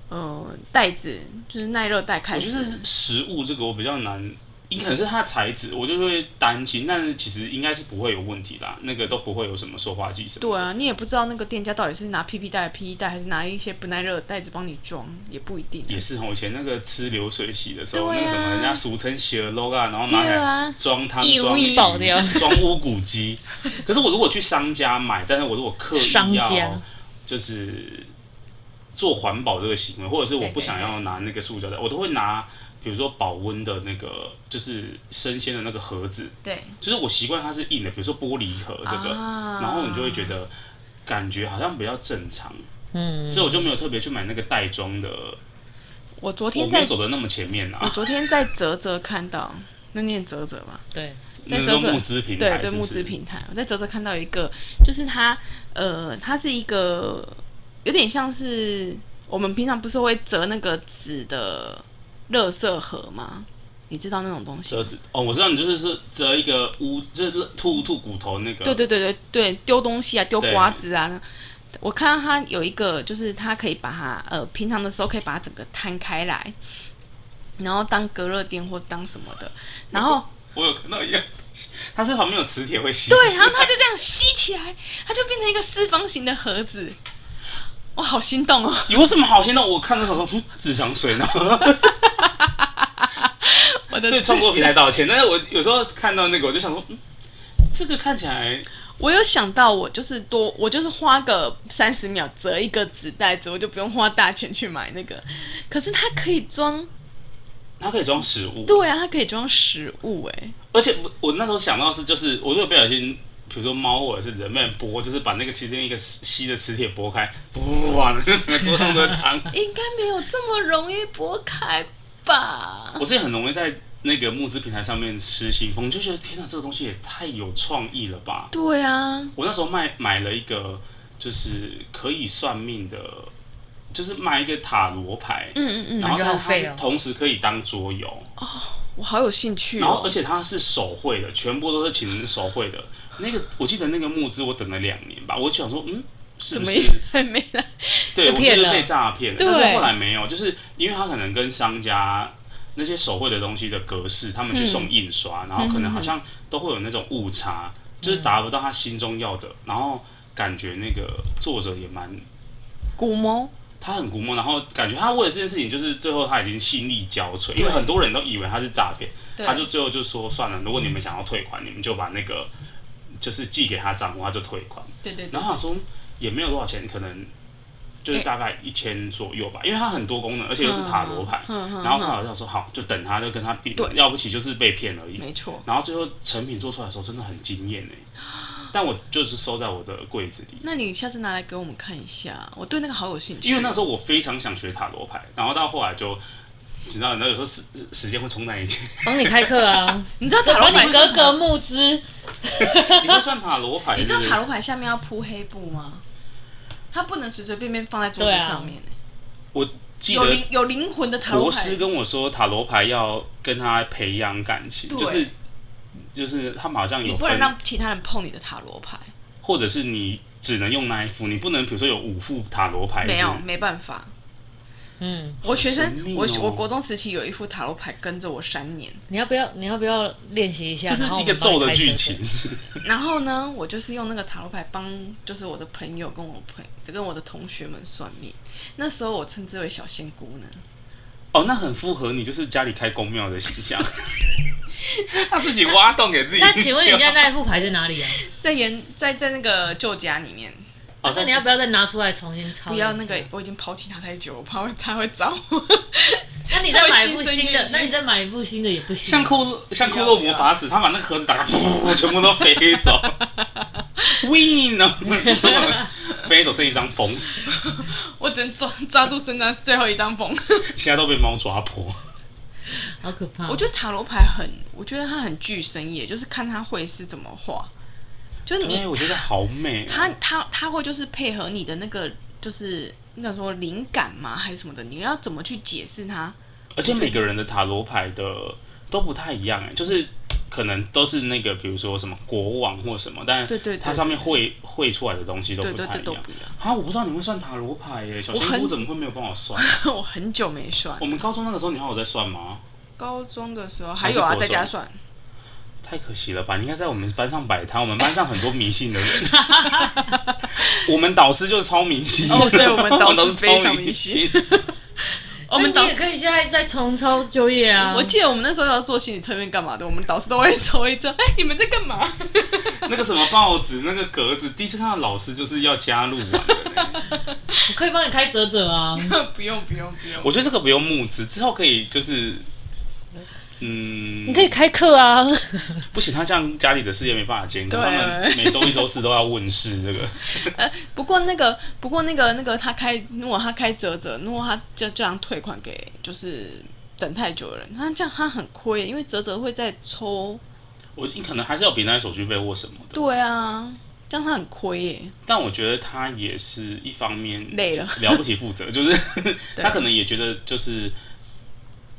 [SPEAKER 3] 呃袋子，就是耐热袋开
[SPEAKER 1] 我觉
[SPEAKER 3] 始。
[SPEAKER 1] 得食物这个我比较难也可能是它的材质，我就会担心。但是其实应该是不会有问题啦，那个都不会有什么塑化剂什么
[SPEAKER 3] 对
[SPEAKER 1] 的。
[SPEAKER 3] 啊，你也不知道那个店家到底是拿 PP 袋、PE 袋，还是拿一些不耐热的袋子帮你装，也不一定。啊
[SPEAKER 1] 也是哦，我以前那个吃流水席的时候，
[SPEAKER 3] 对啊
[SPEAKER 1] 那个什么人家俗称洗耳 log 啊，然后拿
[SPEAKER 3] 对
[SPEAKER 1] 来
[SPEAKER 3] 啊，
[SPEAKER 1] 装汤、
[SPEAKER 3] 一
[SPEAKER 1] 装
[SPEAKER 3] 无一
[SPEAKER 1] 鱼
[SPEAKER 2] 爆掉
[SPEAKER 1] 装乌骨鸡。可是我如果去商家买，但是我如果刻意
[SPEAKER 2] 商家
[SPEAKER 1] 要就是做环保这个行为，或者是我
[SPEAKER 3] 对
[SPEAKER 1] 不
[SPEAKER 3] 对
[SPEAKER 1] 想要拿那个塑胶袋，我都会拿比如说保温的那个就是生鲜的那个盒子，
[SPEAKER 3] 对，
[SPEAKER 1] 就是我习惯它是硬的，比如说玻璃盒这个，
[SPEAKER 3] 啊
[SPEAKER 1] 然后你就会觉得感觉好像比较正常，
[SPEAKER 2] 嗯，
[SPEAKER 1] 所以我就没有特别去买那个袋装的，
[SPEAKER 3] 我昨
[SPEAKER 1] 我
[SPEAKER 3] 天哦
[SPEAKER 1] 没有
[SPEAKER 3] 在
[SPEAKER 1] 走的那么前面
[SPEAKER 3] 我
[SPEAKER 1] 啊，
[SPEAKER 3] 昨天在泽泽看到，那念泽泽嘛，
[SPEAKER 2] 对，
[SPEAKER 1] 那
[SPEAKER 3] 在
[SPEAKER 1] 个
[SPEAKER 3] 折折
[SPEAKER 1] 募资平
[SPEAKER 3] 对
[SPEAKER 1] 台
[SPEAKER 3] 对，
[SPEAKER 1] 是
[SPEAKER 3] 募
[SPEAKER 1] 不是
[SPEAKER 3] 资平台，我在泽泽看到一个，就是它呃，它是一个有点像是我们平常不是会折那个纸的垃圾盒吗？你知道那种东西吗
[SPEAKER 1] 折？纸哦，我知道你就是是折一个乌，就是兔兔骨头那个，
[SPEAKER 3] 对对对对对，丢东西啊，丢
[SPEAKER 1] 对
[SPEAKER 3] 瓜子啊。我看到它有一个，就是它可以把它呃，平常的时候可以把它整个摊开来，然后当隔热垫或当什么的。然后
[SPEAKER 1] 我有看到一样东西，它是旁边有磁铁会吸，
[SPEAKER 3] 对，然后它就这样吸起来，它就变成一个四方形的盒子。我好心动哦！
[SPEAKER 1] 有什么好心的？我看的时候说，嗯，智商税呢？
[SPEAKER 3] 我的
[SPEAKER 1] 对创作平台道歉，但是我有时候看到那个，我就想说，嗯，这个看起来
[SPEAKER 3] 我有想到，我就是多，我就是花个三十秒折一个纸袋子，我就不用花大钱去买那个。可是它可以装，
[SPEAKER 1] 它可以装食物，
[SPEAKER 3] 对啊，它可以装食物、哎，
[SPEAKER 1] 而且我我那时候想到的是，就是我如果不小心。比如说猫或者是人被人剥，就是把那个其中一个吸的磁铁剥开，哇，那整个桌上都是汤。
[SPEAKER 3] 应该没有这么容易拨开吧？
[SPEAKER 1] 我之前很容易在那个募资平台上面失心疯，就觉得天哪，这个东西也太有创意了吧！
[SPEAKER 3] 对啊，
[SPEAKER 1] 我那时候卖买了一个，就是可以算命的，就是卖一个塔罗牌，
[SPEAKER 3] 嗯嗯嗯，
[SPEAKER 1] 然后它
[SPEAKER 2] 感觉好
[SPEAKER 1] 它
[SPEAKER 2] 废
[SPEAKER 1] 是
[SPEAKER 2] 哦
[SPEAKER 1] 同时可以当桌游，
[SPEAKER 3] 我好有兴趣
[SPEAKER 1] 然后呃
[SPEAKER 3] 哦
[SPEAKER 1] 而。且它是手绘的，全部都是请人手绘的。那个我记得那个募资我等了两年吧，我就想说，嗯，是
[SPEAKER 3] 怎
[SPEAKER 1] 不
[SPEAKER 3] 么
[SPEAKER 1] 是
[SPEAKER 3] 意思还没来？
[SPEAKER 1] 对，
[SPEAKER 2] 被
[SPEAKER 1] 我是
[SPEAKER 2] 骗
[SPEAKER 1] 不是
[SPEAKER 2] 了
[SPEAKER 1] 被诈骗了，
[SPEAKER 3] 对
[SPEAKER 1] 但是后来没有，就是因为他可能跟商家那些手绘的东西的格式，他们去
[SPEAKER 2] 嗯
[SPEAKER 1] 送印刷，然后可能好像都会有那种误差，就是达不到他心中要的，然后感觉那个作者也蛮。
[SPEAKER 3] 古猫
[SPEAKER 1] 他很古摸，然后感觉他为了这件事情，就是最后他已经心力交瘁，因为很多人都以为他是诈骗，
[SPEAKER 3] 对
[SPEAKER 1] 他就最后就说算了，如果你们想要退款，你们就把那个就是寄给他账户，他就退款。
[SPEAKER 3] 对对对
[SPEAKER 1] 然，后他说也没有多少钱，可能就是大概一千左右吧，因为它很多功能，而且又是塔
[SPEAKER 3] 嗯
[SPEAKER 1] 罗牌。然后他好像说好，就等他，就跟他比
[SPEAKER 3] 对，
[SPEAKER 1] 要不起就是被骗而已。
[SPEAKER 3] 没错。
[SPEAKER 1] 然后最后成品做出来的时候真的很惊艳 哎，但我就是收在我的柜子里，
[SPEAKER 3] 那你下次拿来给我们看一下，我对那个好有兴趣。
[SPEAKER 1] 因为那时候我非常想学塔罗牌，然后到后来就。你知道，然后有时候时时间会冲在一 起。
[SPEAKER 2] 帮你开课啊，
[SPEAKER 3] 你知道
[SPEAKER 2] 我
[SPEAKER 3] 塔罗
[SPEAKER 2] 帮
[SPEAKER 3] 牌
[SPEAKER 2] 你
[SPEAKER 3] 是
[SPEAKER 2] 格格募资，
[SPEAKER 1] 你会算塔罗牌？
[SPEAKER 3] 你知道
[SPEAKER 1] 是不是
[SPEAKER 3] 塔罗牌下面要铺黑布吗？它不能随随便便放在桌子
[SPEAKER 2] 对啊
[SPEAKER 3] 上面、欸
[SPEAKER 1] 我记
[SPEAKER 3] 有
[SPEAKER 1] 得
[SPEAKER 3] 灵有灵魂的塔罗
[SPEAKER 1] 国师
[SPEAKER 3] 牌，
[SPEAKER 1] 跟我说，塔罗牌要跟他培养感情，
[SPEAKER 3] 对
[SPEAKER 1] 就是就是他们好像
[SPEAKER 3] 你
[SPEAKER 1] 有
[SPEAKER 3] 不能
[SPEAKER 1] 分，
[SPEAKER 3] 让其他人碰你的塔罗牌，
[SPEAKER 1] 或者是你只能用那一副，你不能比如说有五副塔罗牌，
[SPEAKER 3] 没有
[SPEAKER 1] 这样
[SPEAKER 3] 没办法。
[SPEAKER 2] 嗯，
[SPEAKER 3] 我学
[SPEAKER 1] 好神
[SPEAKER 3] 生，
[SPEAKER 1] 秘
[SPEAKER 3] 我
[SPEAKER 1] 哦
[SPEAKER 3] 我国中时期有一副塔罗牌跟着我三 年，
[SPEAKER 2] 你要不要？你要不要练习一下？
[SPEAKER 1] 这是
[SPEAKER 2] 然后
[SPEAKER 1] 一
[SPEAKER 2] 我
[SPEAKER 1] 个
[SPEAKER 2] 们帮你
[SPEAKER 1] 咒的
[SPEAKER 2] 开
[SPEAKER 1] 剧
[SPEAKER 2] 课
[SPEAKER 1] 情。
[SPEAKER 3] 然后呢，我就是用那个塔罗牌帮，就是我的朋友跟我朋跟我的同学们算命。那时候我称之为小仙姑呢，
[SPEAKER 1] 哦，那很符合你就是家里开公庙的形象， 他自己挖洞给自己
[SPEAKER 2] 那
[SPEAKER 1] 跳。
[SPEAKER 2] 请问你现在那一副牌在哪 里啊？
[SPEAKER 3] 在研在在那个旧家里面，
[SPEAKER 1] 哦，
[SPEAKER 2] 那
[SPEAKER 1] 在
[SPEAKER 2] 你要不要再拿出来重新抄？
[SPEAKER 3] 不要那个，，我已经抛弃他太久，我怕会他会找我。
[SPEAKER 2] 那你再买一副
[SPEAKER 3] 他会
[SPEAKER 2] 新
[SPEAKER 3] 心生
[SPEAKER 2] 的
[SPEAKER 3] 怨，
[SPEAKER 2] 那你再买一副新的也不行啊
[SPEAKER 1] 像。库像库洛魔法使，他把那个盒子打开，噗全部都飞 走。Win 呢？什么飞走剩一张风，
[SPEAKER 3] 我只能抓抓住身上最后一张风。
[SPEAKER 1] 其他都被猫抓破。
[SPEAKER 2] 好可怕！哦
[SPEAKER 3] 我觉得塔罗牌很，我觉得它很具深意，就是看它会是怎么画，就是你
[SPEAKER 1] 对，我觉得好美、哦。
[SPEAKER 3] 它它它会就是配合你的那个就是那种说灵感吗还是什么的，你要怎么去解释它？
[SPEAKER 1] 而且每个人的塔罗牌的都不太一样哎，就是可能都是那个，比如说什么国王或什么，但
[SPEAKER 3] 对对对
[SPEAKER 1] 它上面绘绘出来的东西都
[SPEAKER 3] 对
[SPEAKER 1] 不
[SPEAKER 3] 对
[SPEAKER 1] 太
[SPEAKER 3] 对
[SPEAKER 1] 一
[SPEAKER 3] 都
[SPEAKER 1] 样
[SPEAKER 3] 不。一
[SPEAKER 1] 啊，我不知道你会算塔罗牌耶，小
[SPEAKER 3] 我
[SPEAKER 1] 仙
[SPEAKER 3] 很
[SPEAKER 1] 姑怎么会没有帮我算？
[SPEAKER 3] 样。我很久没算
[SPEAKER 1] 我，们高中那个时候，你还有在算吗？
[SPEAKER 3] 高中的时候还
[SPEAKER 1] 还是
[SPEAKER 3] 有啊，
[SPEAKER 1] 国
[SPEAKER 3] 在家
[SPEAKER 1] 中
[SPEAKER 3] 算
[SPEAKER 1] 太可惜了吧？你应该在我们班上摆摊，我们班上很多迷信的 人，我们导师就是超迷信，
[SPEAKER 3] 哦对 我们导师非常
[SPEAKER 1] 超
[SPEAKER 3] 迷信
[SPEAKER 1] 信，
[SPEAKER 3] 我们
[SPEAKER 2] 那
[SPEAKER 3] 导
[SPEAKER 2] 你也可以现在再重操旧业啊。
[SPEAKER 3] 我记得我们那时候要做心理测验干嘛的，我们导师都会抽一张， 哎、你们在干嘛？
[SPEAKER 1] 那个什么报纸，那个格子，第一次看到老师就是要加入玩的呢。
[SPEAKER 2] 我可以帮你开折折啊。
[SPEAKER 3] 不用不用不用，
[SPEAKER 1] 我觉得这个不用募资，之后可以就是，嗯，
[SPEAKER 2] 你可以开课啊，
[SPEAKER 1] 不行，他这样家里的事业没办法兼顾，
[SPEAKER 3] 对
[SPEAKER 1] 他们每周一、周四都要问世这个。
[SPEAKER 3] 不过那个不过那个那个他开，如果他开泽泽，如果他就这样退款给就是等太久的人，他这样他很亏，因为泽泽会再抽，
[SPEAKER 1] 我可能还是要比那些手续费或什么的，
[SPEAKER 3] 对啊，这样他很亏耶，
[SPEAKER 1] 但我觉得他也是一方面
[SPEAKER 3] 累了，
[SPEAKER 1] 了不起负 责，就是
[SPEAKER 3] 对
[SPEAKER 1] 他可能也觉得就是，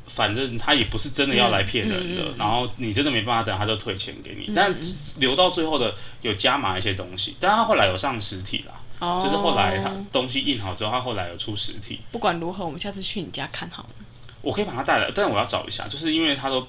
[SPEAKER 1] 反正他也不是真的要来骗人
[SPEAKER 3] 嗯
[SPEAKER 1] 的，然后你真的没办法等，他就退钱给你。但留到最后的有加码一些东西，但他后来有上实体啦，
[SPEAKER 3] 哦，
[SPEAKER 1] 就是后来他东西印好之后，他后来有出实体，
[SPEAKER 3] 不管如何，我们下次去你家看好了。
[SPEAKER 1] 我可以把它带来，但我要找一下，就是因为它都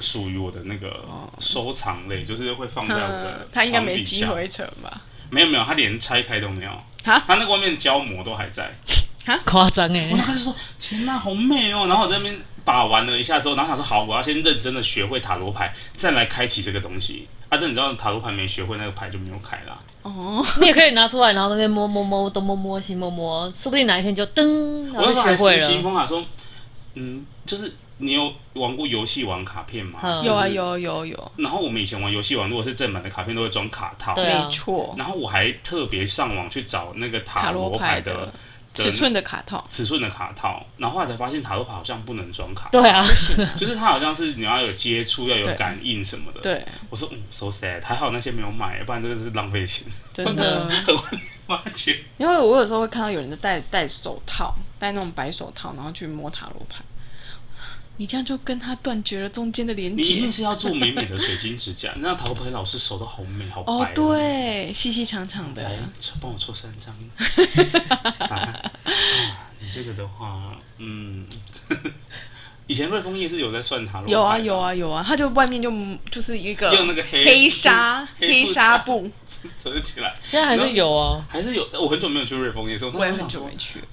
[SPEAKER 1] 属于我的那个收藏类，就是会放在我的
[SPEAKER 3] 嗯，他应该
[SPEAKER 1] 床
[SPEAKER 3] 没
[SPEAKER 1] 底
[SPEAKER 3] 机
[SPEAKER 1] 下
[SPEAKER 3] 会成吧？
[SPEAKER 1] 没有没有，他连拆开都没有。他那个外面胶膜都还在，
[SPEAKER 2] 夸张哎
[SPEAKER 1] 我！当时就说：“天哪、好美哦！”然后我在那边把玩了一下之后，然后想说：“好，我要先认真的学会塔罗牌，再来开启这个东西。”啊，但你知道塔罗牌没学会，那个牌就没有开啦。
[SPEAKER 3] 哦，
[SPEAKER 2] 你也可以拿出来，然后在那边摸摸摸，东摸摸西摸摸，说不定哪一天就噔，然
[SPEAKER 1] 我
[SPEAKER 2] 后
[SPEAKER 1] 那时候还
[SPEAKER 2] 学会
[SPEAKER 1] 实心
[SPEAKER 2] 了。
[SPEAKER 1] 风法说：“嗯，就是你有玩过游戏玩卡片吗？”
[SPEAKER 2] 嗯
[SPEAKER 1] 就是
[SPEAKER 3] 有啊。有有有，
[SPEAKER 1] 然后我们以前玩游戏玩，如果是正版的卡片，都会装卡套。
[SPEAKER 2] 对啊
[SPEAKER 3] 没错，
[SPEAKER 1] 然后我还特别上网去找那个塔
[SPEAKER 3] 塔罗
[SPEAKER 1] 罗牌
[SPEAKER 3] 牌
[SPEAKER 1] 的
[SPEAKER 3] 的
[SPEAKER 1] 的
[SPEAKER 3] 尺寸的卡套，
[SPEAKER 1] 尺寸的卡套，然后后来才发现塔罗牌好像不能装卡，
[SPEAKER 2] 对啊，
[SPEAKER 1] 就是它好像是你要有接触，要有
[SPEAKER 3] 对
[SPEAKER 1] 感应什么的。，
[SPEAKER 3] 对，
[SPEAKER 1] 我说嗯，so sad，还好那些没有买，不然真的是浪费钱，
[SPEAKER 3] 真
[SPEAKER 2] 真的
[SPEAKER 3] 的。
[SPEAKER 1] 花钱。
[SPEAKER 3] 因为我有时候会看到有人在戴戴手套，戴那种白手套，然后去摸塔罗牌。你这样就跟他断绝了中间的连
[SPEAKER 1] 你一
[SPEAKER 3] 接
[SPEAKER 1] 定。是要做美美的水晶指甲，那塔罗牌老师手都好美，好白、哎
[SPEAKER 3] 哦，。对，细细长长的
[SPEAKER 1] 来，啊帮我抽三张。 打开啊，你这个的话，嗯， 以前瑞丰夜是有在算塔罗牌的，
[SPEAKER 3] 有啊有啊有啊，他就外面就就是一个
[SPEAKER 1] 用那个黑
[SPEAKER 3] 黑纱
[SPEAKER 1] 黑
[SPEAKER 3] 黑纱布，
[SPEAKER 1] 折起来，
[SPEAKER 2] 现在还是有哦。
[SPEAKER 1] 还是有，我很久没有去瑞丰夜市，我
[SPEAKER 3] 我也
[SPEAKER 1] 当时
[SPEAKER 3] 很
[SPEAKER 1] 想
[SPEAKER 3] 久
[SPEAKER 1] 说
[SPEAKER 3] 没去了。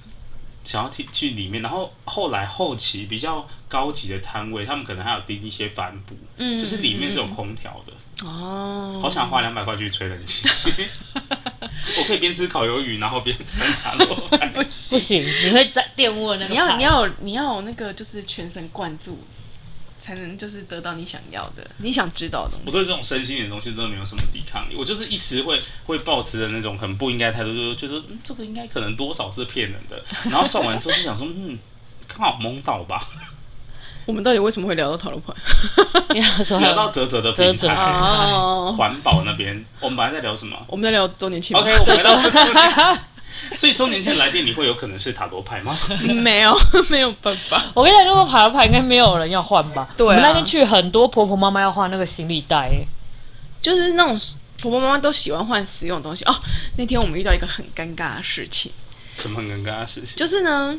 [SPEAKER 1] 想要去去里面，然后后来后期比较高级的摊位，他们可能还有订一些帆布，
[SPEAKER 3] 嗯
[SPEAKER 1] 就是里面是有空调的，
[SPEAKER 3] 哦，
[SPEAKER 1] 好想花两百块去吹冷 气。我可以边吃烤鱿鱼，然后边扇塔 罗牌。
[SPEAKER 2] 不行，你会在玷污了那个
[SPEAKER 3] 你要
[SPEAKER 2] 牌
[SPEAKER 3] 你要有你要有那个就是全神贯注，才能就是得到你想要的、你想知道的东
[SPEAKER 1] 我
[SPEAKER 3] 西。
[SPEAKER 1] 对这种身心灵的东西真的没有什么抵抗力，我就是一时会会抱持的那种很不应该态度，就是觉得嗯这个应该可能多少是骗人的，然后算完之后就想说嗯。刚好蒙到 吧，
[SPEAKER 3] 我们到底为什么会聊到塔 罗牌？
[SPEAKER 2] 你要
[SPEAKER 3] 嗯
[SPEAKER 2] 说
[SPEAKER 1] 聊到泽泽的平
[SPEAKER 2] 泽泽
[SPEAKER 1] 台，
[SPEAKER 3] 哦，
[SPEAKER 1] 环保那边，我们本来在聊什么？
[SPEAKER 3] 我们在聊周年庆吗
[SPEAKER 1] OK，我们回到周年庆。所以周年庆来电，你会有可能是塔罗牌吗？
[SPEAKER 3] 没有，没有办法。
[SPEAKER 2] 我跟你讲，如果爬了牌，应该没有人要换吧？
[SPEAKER 3] 对啊
[SPEAKER 2] 我们那天去很多婆婆妈妈要换那个行李袋、欸
[SPEAKER 3] 就是那种婆婆妈妈都喜欢换实用的东西哦。那天我们遇到一个很尴尬的事情，
[SPEAKER 1] 什么很尴尬的事情？
[SPEAKER 3] 就是呢，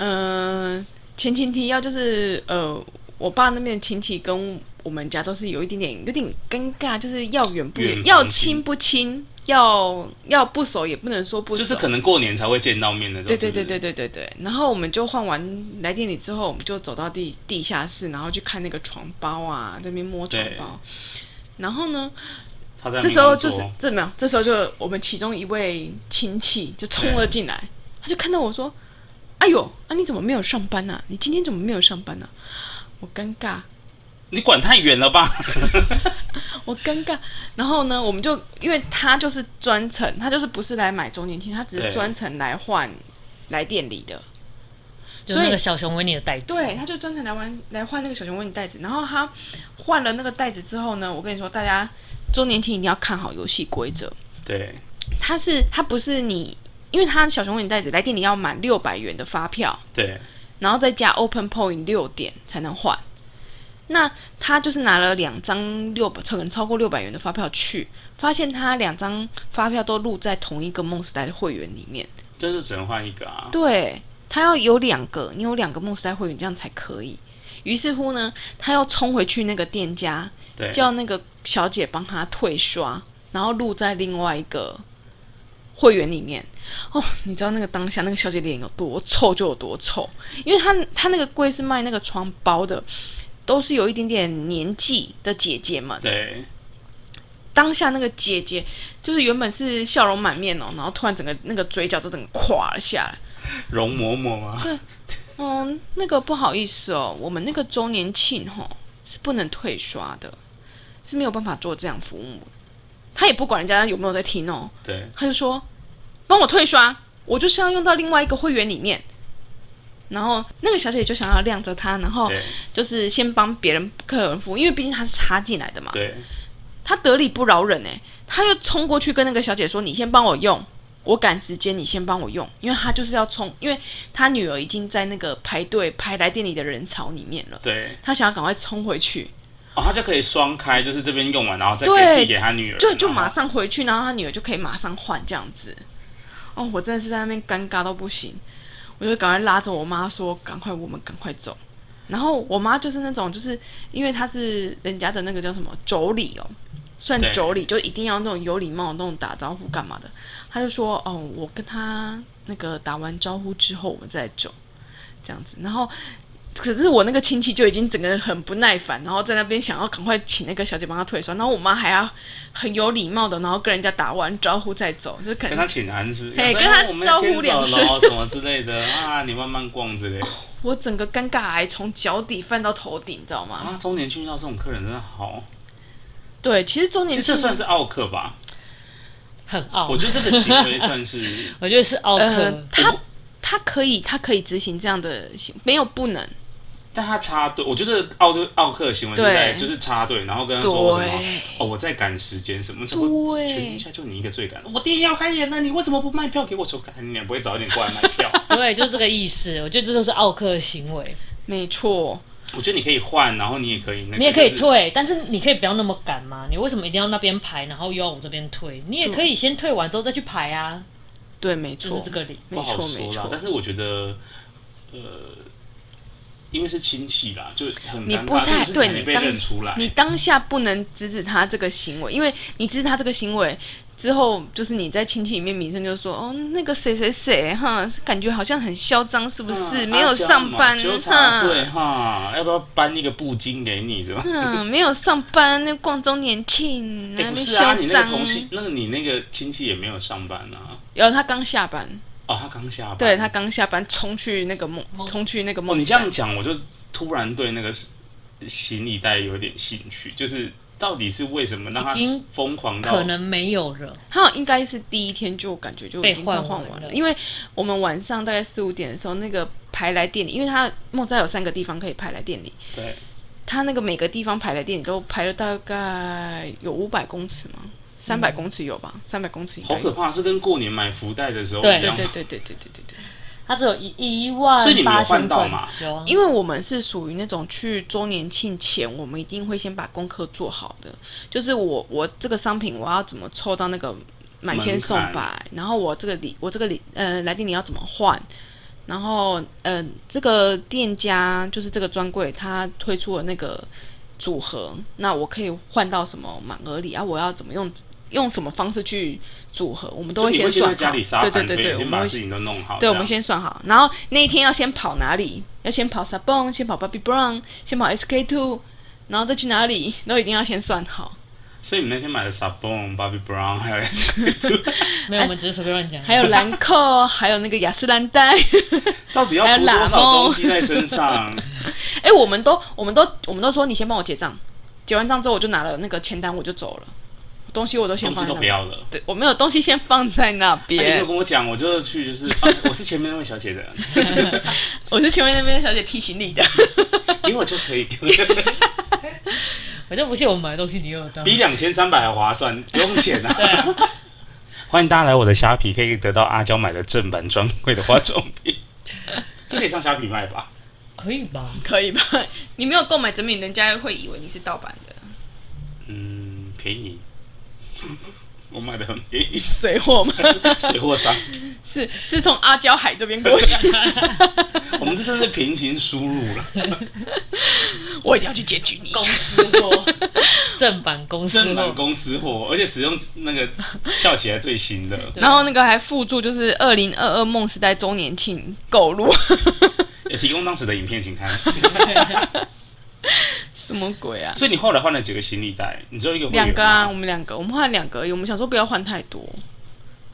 [SPEAKER 3] 嗯、前前提要就是呃，我爸那边的亲戚跟我们家都是有一点点有点尴尬，就是要远不
[SPEAKER 1] 远
[SPEAKER 3] 远，
[SPEAKER 1] 房
[SPEAKER 3] 要
[SPEAKER 1] 亲
[SPEAKER 3] 亲不亲，要要不熟也不能说不熟，
[SPEAKER 1] 就是可能过年才会见到面的那
[SPEAKER 3] 对
[SPEAKER 1] 种。
[SPEAKER 3] 对
[SPEAKER 1] 是不
[SPEAKER 3] 对
[SPEAKER 1] 是
[SPEAKER 3] 对。对对对。然后我们就换完来店里之后，我们就走到地地下室，然后去看那个床包啊，在那边摸床
[SPEAKER 1] 对
[SPEAKER 3] 包。然后呢，
[SPEAKER 1] 他在
[SPEAKER 3] 这
[SPEAKER 1] 民
[SPEAKER 3] 时候
[SPEAKER 1] 工
[SPEAKER 3] 就
[SPEAKER 1] 桌
[SPEAKER 3] 是这没有，这时候就我们其中一位亲戚就冲了进来，他就看到我说：“哎呦，啊你怎么没有上班呢、啊？你今天怎么没有上班呢、啊？”我尴尬，
[SPEAKER 1] 你管太远了吧？
[SPEAKER 3] 我尴尬。然后呢，我们就因为他就是专程，他就是不是来买周年庆，他只
[SPEAKER 1] 对
[SPEAKER 3] 是专程来换来店里的。
[SPEAKER 2] 就是
[SPEAKER 3] 所以
[SPEAKER 2] 那个小熊维尼的袋子。
[SPEAKER 3] 对，他就专程来玩来换那个小熊维尼袋子，然后他换了那个袋子之后呢，我跟你说，大家周年庆一定要看好游戏规则。
[SPEAKER 1] 对，
[SPEAKER 3] 它是它不是你，因为它小熊维尼袋子来店里要满六百元的发票，
[SPEAKER 1] 对，
[SPEAKER 3] 然后再加 Open Point 六点才能换。那他就是拿了两张六百，可能超过六百元的发票去，发现他两张发票都录在同一个梦时代的会员里面。
[SPEAKER 1] 这就只能换一个啊。
[SPEAKER 3] 对，他要有两个，你有两个梦时代会员，这样才可以。于是乎呢，他又冲回去那个店家，
[SPEAKER 1] 对，
[SPEAKER 3] 叫那个小姐帮他退刷，然后录在另外一个会员里面。哦，你知道那个当下那个小姐脸有多臭就有多臭，因为她她那个柜是卖那个床包的，都是有一点点年纪的姐姐们。
[SPEAKER 1] 对，
[SPEAKER 3] 当下那个姐姐就是原本是笑容满面哦，然后突然整个那个嘴角都整个垮了下来。
[SPEAKER 1] 容嬷嬷啊，
[SPEAKER 3] 嗯，那个不好意思哦，我们那个周年庆吼是不能退刷的，是没有办法做这样服务。他也不管人家有没有在听哦，
[SPEAKER 1] 对，
[SPEAKER 3] 他就说帮我退刷，我就是要用到另外一个会员里面。然后那个小姐就想要晾着他，然后
[SPEAKER 1] 对，
[SPEAKER 3] 就是先帮别人客人服务，因为毕竟他是插进来的嘛。
[SPEAKER 1] 对，
[SPEAKER 3] 他得理不饶人哎、他又冲过去跟那个小姐说：“你先帮我用，我赶时间，你先帮我用。”因为他就是要冲，因为他女儿已经在那个排队排来店里的人潮里面了，
[SPEAKER 1] 对，
[SPEAKER 3] 他想要赶快冲回去，
[SPEAKER 1] 哦，他就可以双开，就是这边用完，然后再给
[SPEAKER 3] 对
[SPEAKER 1] 递给他女儿，
[SPEAKER 3] 就就
[SPEAKER 1] 然后
[SPEAKER 3] 马上回去，然后他女儿就可以马上换这样子。哦，我真的是在那边尴尬到不行，我就赶快拉着我妈说：“赶快，我们赶快走。”然后我妈就是那种，就是因为她是人家的那个叫什么妯娌哦，算
[SPEAKER 1] 对
[SPEAKER 3] 妯娌，就一定要那种有礼貌、那种打招呼干嘛的。她就说：“哦，我跟她那个打完招呼之后，我们再走，这样子。”然后，可是我那个亲戚就已经整个人很不耐烦，然后在那边想要赶快请那个小姐帮他退刷，然后我妈还要很有礼貌的，然后跟人家打完招呼再走，就是可
[SPEAKER 1] 跟
[SPEAKER 3] 能
[SPEAKER 1] 他请安是不是？
[SPEAKER 3] 嘿
[SPEAKER 1] 说
[SPEAKER 3] 跟他
[SPEAKER 1] 哎我们
[SPEAKER 3] 招呼
[SPEAKER 1] 先走
[SPEAKER 3] 两声
[SPEAKER 1] 咯什么之类的啊，你慢慢逛之类的。
[SPEAKER 3] 我整个尴尬癌从脚底翻到头顶，你知道吗？
[SPEAKER 1] 啊，中年去遇到这种客人真的好，
[SPEAKER 3] 对，其实周
[SPEAKER 1] 其
[SPEAKER 3] 年
[SPEAKER 1] 实
[SPEAKER 3] 哦
[SPEAKER 1] 这
[SPEAKER 3] 庆
[SPEAKER 1] 算是奥客吧？
[SPEAKER 2] 很傲
[SPEAKER 1] 我，觉得这个行为算 是
[SPEAKER 2] 我觉得是傲
[SPEAKER 3] 呃
[SPEAKER 2] 客，，
[SPEAKER 3] 他他可以，他可以执行这样的行，没有不能。
[SPEAKER 1] 但他插队，我觉得奥队奥克的行为是在
[SPEAKER 3] 对
[SPEAKER 1] 就是插队，然后跟他说什么
[SPEAKER 3] 对，
[SPEAKER 1] 哦，我在赶时间什么，他说
[SPEAKER 3] 对
[SPEAKER 1] 全天下就你一个最赶，我店要开演了，你为什么不卖票给我？说赶你俩不会早一点过来卖票？
[SPEAKER 2] 对，就是这个意思。我觉得这就是傲客的行为，
[SPEAKER 3] 没错，
[SPEAKER 1] 我觉得你可以换，然后你也可以那个，
[SPEAKER 2] 你也可以
[SPEAKER 1] 就是
[SPEAKER 2] 退，但是你可以不要那么赶嘛。你为什么一定要那边排，然后又要我这边退？你也可以先退完之后再去排啊，
[SPEAKER 3] 对，没
[SPEAKER 2] 就
[SPEAKER 3] 错
[SPEAKER 2] 是这，个理。
[SPEAKER 1] 不
[SPEAKER 3] 没
[SPEAKER 1] 好
[SPEAKER 3] 错，没
[SPEAKER 1] 说啦。
[SPEAKER 3] 错
[SPEAKER 1] 但。是我觉得，呃，因为是亲戚啦，就很
[SPEAKER 3] 你
[SPEAKER 1] 尴
[SPEAKER 3] 不
[SPEAKER 1] 尬，
[SPEAKER 3] 太
[SPEAKER 1] 就是
[SPEAKER 3] 对
[SPEAKER 1] 你
[SPEAKER 3] 你
[SPEAKER 1] 被
[SPEAKER 3] 当
[SPEAKER 1] 认出来，
[SPEAKER 3] 你当下不能制止他这个行为，因为你制止他这个行为之后，就是你在亲戚里面名声就说，哦，那个谁谁谁哈，感觉好像很嚣张，是不是？
[SPEAKER 1] 嗯
[SPEAKER 3] 没有上班
[SPEAKER 1] 啊
[SPEAKER 3] 哈，
[SPEAKER 1] 对哈，要不要搬一个布巾给你？是吧？
[SPEAKER 3] 嗯，没有上班，那逛周年庆，
[SPEAKER 1] 哎、
[SPEAKER 3] 那边
[SPEAKER 1] 不是
[SPEAKER 3] 嚣
[SPEAKER 1] 啊，你那个
[SPEAKER 3] 张。
[SPEAKER 1] 同事，那个你那个亲戚也没有上班啊。
[SPEAKER 3] 有他刚下班，
[SPEAKER 1] 哦，他刚下班。
[SPEAKER 3] 对他刚下班冲去那个梦，冲去那个
[SPEAKER 1] 哦，
[SPEAKER 3] 梦。
[SPEAKER 1] 你这样讲，我就突然对那个行李袋有点兴趣，就是到底是为什么让他
[SPEAKER 2] 已经
[SPEAKER 1] 疯狂到
[SPEAKER 2] 可能没有了，
[SPEAKER 3] 他好像应该是第一天就感觉就已经快换
[SPEAKER 2] 被
[SPEAKER 3] 完
[SPEAKER 2] 换
[SPEAKER 3] 了，
[SPEAKER 2] 完了
[SPEAKER 3] 因为我们晚上大概四五点的时候，那个排来店里，因为他莫扎有三个地方可以排来店里，
[SPEAKER 1] 对
[SPEAKER 3] 他那个每个地方排来店里都排了大概有五百公尺吗？三百公尺有吧？三百公尺应
[SPEAKER 1] 好
[SPEAKER 3] 该
[SPEAKER 1] 可
[SPEAKER 3] 有。
[SPEAKER 1] 怕？是跟过年买福袋的时候
[SPEAKER 2] 对
[SPEAKER 1] 一
[SPEAKER 3] 对
[SPEAKER 1] 样
[SPEAKER 3] 对
[SPEAKER 1] 吗？
[SPEAKER 3] 对对对对对对。
[SPEAKER 2] 他只有一一万
[SPEAKER 1] 所以你们有
[SPEAKER 2] 八
[SPEAKER 1] 换
[SPEAKER 2] 千
[SPEAKER 1] 到
[SPEAKER 2] 份
[SPEAKER 1] 吗，
[SPEAKER 2] 有啊，
[SPEAKER 3] 因为我们是属于那种去周年庆前，我们一定会先把功课做好的，就是我我这个商品我要怎么凑到那个满千送
[SPEAKER 1] 门
[SPEAKER 3] 百，然后我这个礼我这个礼呃来店你要怎么换，然后呃这个店家就是这个专柜他推出了那个组合，那我可以换到什么满额礼啊？我要怎么用用什么方式去组合？我们都
[SPEAKER 1] 就
[SPEAKER 3] 会
[SPEAKER 1] 你会先
[SPEAKER 3] 算
[SPEAKER 1] 在
[SPEAKER 3] 好，
[SPEAKER 1] 家里撒
[SPEAKER 3] 对
[SPEAKER 1] 盘
[SPEAKER 3] 对对
[SPEAKER 1] 飞
[SPEAKER 3] 对，我
[SPEAKER 1] 先
[SPEAKER 3] 们
[SPEAKER 1] 把
[SPEAKER 3] 会
[SPEAKER 1] 事情都弄好。
[SPEAKER 3] 对，
[SPEAKER 1] 这
[SPEAKER 3] 我
[SPEAKER 1] 样
[SPEAKER 3] 们先算好，然后那一天要先跑哪里？要先跑 Sabon，先跑 Baby Brown，先跑 SK Two，然后再去哪里，都一定要先算好。
[SPEAKER 1] 所以你那天买的 Sabon、Bobby Brown 还有
[SPEAKER 2] 没有，我们只是随便乱讲。
[SPEAKER 3] 还有兰蔻，还有那个雅诗兰黛。
[SPEAKER 1] 到底要
[SPEAKER 3] 还有
[SPEAKER 1] 涂多
[SPEAKER 3] 喇
[SPEAKER 1] 少
[SPEAKER 3] 叭
[SPEAKER 1] 东西在身上？
[SPEAKER 3] 哎、我们都，我们都，我们都说你先帮我结账，结完账之后我就拿了那个签单我就走了，东西我都 先
[SPEAKER 1] 东
[SPEAKER 3] 放
[SPEAKER 1] 西都
[SPEAKER 3] 在那
[SPEAKER 1] 不
[SPEAKER 3] 边。
[SPEAKER 1] 要了。
[SPEAKER 3] 对，我没有东西先放在
[SPEAKER 1] 他
[SPEAKER 3] 那
[SPEAKER 1] 哎没有
[SPEAKER 3] 边。
[SPEAKER 1] 跟我讲，我就去就是，啊、我是前面那位小姐的，
[SPEAKER 3] 我是前面那边的小姐提醒你的。
[SPEAKER 1] 给我就可以，给我
[SPEAKER 2] 我就不信我买的东西你有当。
[SPEAKER 1] 比两千三百还划算，不用钱啊。欢迎大家来我的虾皮，可以得到阿娇买的正版专柜的化妆品。这可以上虾皮卖吧？
[SPEAKER 2] 可以吧？
[SPEAKER 3] 可以吧？你没有购买整品，人家会以为你是盗版 的。
[SPEAKER 1] 嗯，便宜， 我买的很便宜，
[SPEAKER 3] 水货嘛，
[SPEAKER 1] 水货商。
[SPEAKER 3] 是是从阿胶海这边过去。
[SPEAKER 1] 我们这真是平行输入了，
[SPEAKER 3] 我一定要去检举你。
[SPEAKER 2] 公司货， 正版公司
[SPEAKER 1] 正版
[SPEAKER 2] 货，
[SPEAKER 1] 公司货，而且使用那个笑起来最新的，
[SPEAKER 2] 对
[SPEAKER 3] 然后那个还附注就是二零二二梦时代周年庆购入，
[SPEAKER 1] 也提供当时的影片请看。
[SPEAKER 3] 什么鬼啊？
[SPEAKER 1] 所以你后来换了几个行李袋？你只有一个会员
[SPEAKER 3] 两个啊，
[SPEAKER 1] 吗
[SPEAKER 3] 我。们两个，我们换两个而已，我们想说不要换太多。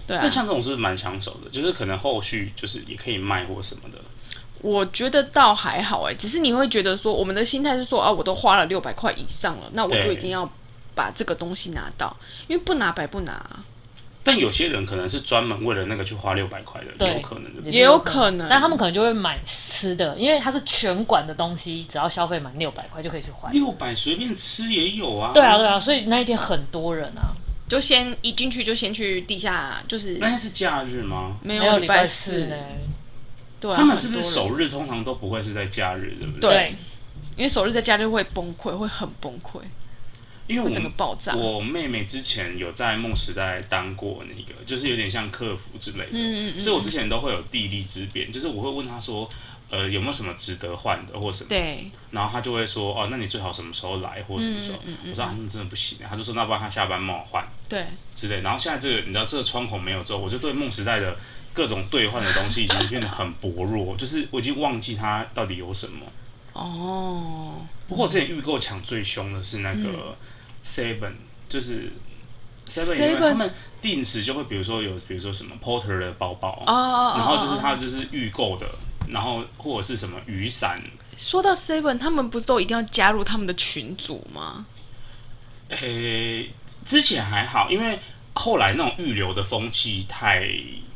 [SPEAKER 3] 对啊
[SPEAKER 1] 但，像这种是蛮抢手的，就是可能后续就是也可以卖或什么的。
[SPEAKER 3] 我觉得倒还好哎、只是你会觉得说，我们的心态是说啊，我都花了六百块以上了，那我就
[SPEAKER 1] 对
[SPEAKER 3] 一定要把这个东西拿到，因为不拿白不拿啊，
[SPEAKER 1] 但有些人可能是专门为了那个去花六百块的，
[SPEAKER 2] 对
[SPEAKER 1] 也有可能的。
[SPEAKER 3] 也有可能。
[SPEAKER 2] 但他们可能就会买吃的，因为它是全馆的东西，只要消费满六百块就可以去换。
[SPEAKER 1] 六百随便吃也有啊。
[SPEAKER 2] 对啊，对啊，所以那一天很多人啊，
[SPEAKER 3] 就先一进去就先去地下，就是
[SPEAKER 1] 那天是假日吗？
[SPEAKER 3] 没
[SPEAKER 2] 还有
[SPEAKER 3] 有
[SPEAKER 2] 礼
[SPEAKER 3] 拜
[SPEAKER 2] 四呢，
[SPEAKER 3] 对啊、
[SPEAKER 1] 哎他们是不是
[SPEAKER 3] 很多人
[SPEAKER 1] 首日通常都不会是在假日，对不对？
[SPEAKER 3] 对，因为首日在家就会崩溃，会很崩溃，
[SPEAKER 1] 因为我
[SPEAKER 3] 会整个
[SPEAKER 1] 们
[SPEAKER 3] 爆炸。
[SPEAKER 1] 我妹妹之前有在梦时代当过那个，就是有点像客服之类的，
[SPEAKER 3] 嗯嗯嗯
[SPEAKER 1] 所以我之前都会有地利之便，就是我会问她说，呃，有没有什么值得换的或什么，
[SPEAKER 3] 对，
[SPEAKER 1] 然后她就会说，哦，那你最好什么时候来或什么
[SPEAKER 3] 嗯
[SPEAKER 1] 时候，我说啊，那真的不行、啊，她就说那不然她下班帮我换
[SPEAKER 3] 对，
[SPEAKER 1] 之类，然后现在这个你知道这个窗口没有之后，我就对梦时代的各种兑换的东西已经变得很薄弱，就是我已经忘记它到底有什么。
[SPEAKER 3] 嗯哦，
[SPEAKER 1] 不过我之前预购抢最凶的是那
[SPEAKER 3] 嗯
[SPEAKER 1] 个 Seven，、就是 Seven，因为
[SPEAKER 3] Seven
[SPEAKER 1] 他们定时就会，比如说有，比如说什么 Porter 的包包，
[SPEAKER 3] 哦哦，哦
[SPEAKER 1] 然后就是
[SPEAKER 3] 哦
[SPEAKER 1] 它就是预购的，然后或者是什么雨伞，
[SPEAKER 3] 说到 Seven，他们不是都一定要加入他们的群组吗？
[SPEAKER 1] 诶、呃之前还好，因为后来那种预留的风气太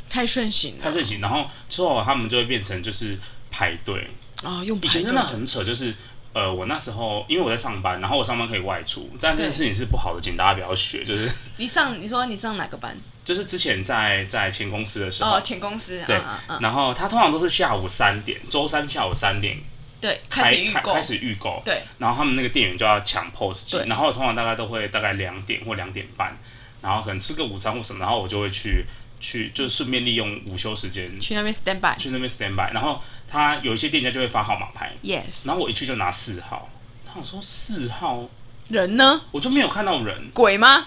[SPEAKER 3] 太盛行了，
[SPEAKER 1] 太盛行，然后之后他们就会变成就是排队，
[SPEAKER 3] 啊、用
[SPEAKER 1] 以
[SPEAKER 3] 排
[SPEAKER 1] 前
[SPEAKER 3] 队
[SPEAKER 1] 真的很扯，就是呃，我那时候因为我在上班，然后我上班可以外出，但这件事情是不好的，请大家不要学，就是。
[SPEAKER 3] 你上你说你上哪个班？
[SPEAKER 1] 就是之前在在前公司的时候，
[SPEAKER 3] 哦，前公司，
[SPEAKER 1] 对嗯
[SPEAKER 3] 啊啊啊，
[SPEAKER 1] 然后他通常都是下午三点，周三下午三点
[SPEAKER 3] 对，开
[SPEAKER 1] 开
[SPEAKER 3] 始预
[SPEAKER 1] 开
[SPEAKER 3] 购，
[SPEAKER 1] 开始预购，
[SPEAKER 3] 对，
[SPEAKER 1] 然后他们那个店员就要抢 POS 机
[SPEAKER 3] 对，
[SPEAKER 1] 然后通常大概都会大概两点或两点半，然后可能吃个午餐或什么，然后我就会去去就顺便利用午休时间
[SPEAKER 3] 去那边 stand by。
[SPEAKER 1] 去那边 stand by，然后他有一些店家就会发号码牌，
[SPEAKER 3] Yes，
[SPEAKER 1] 然后我一去就拿四号，然后我说四号
[SPEAKER 3] 人呢？
[SPEAKER 1] 我就没有看到人，
[SPEAKER 3] 鬼吗？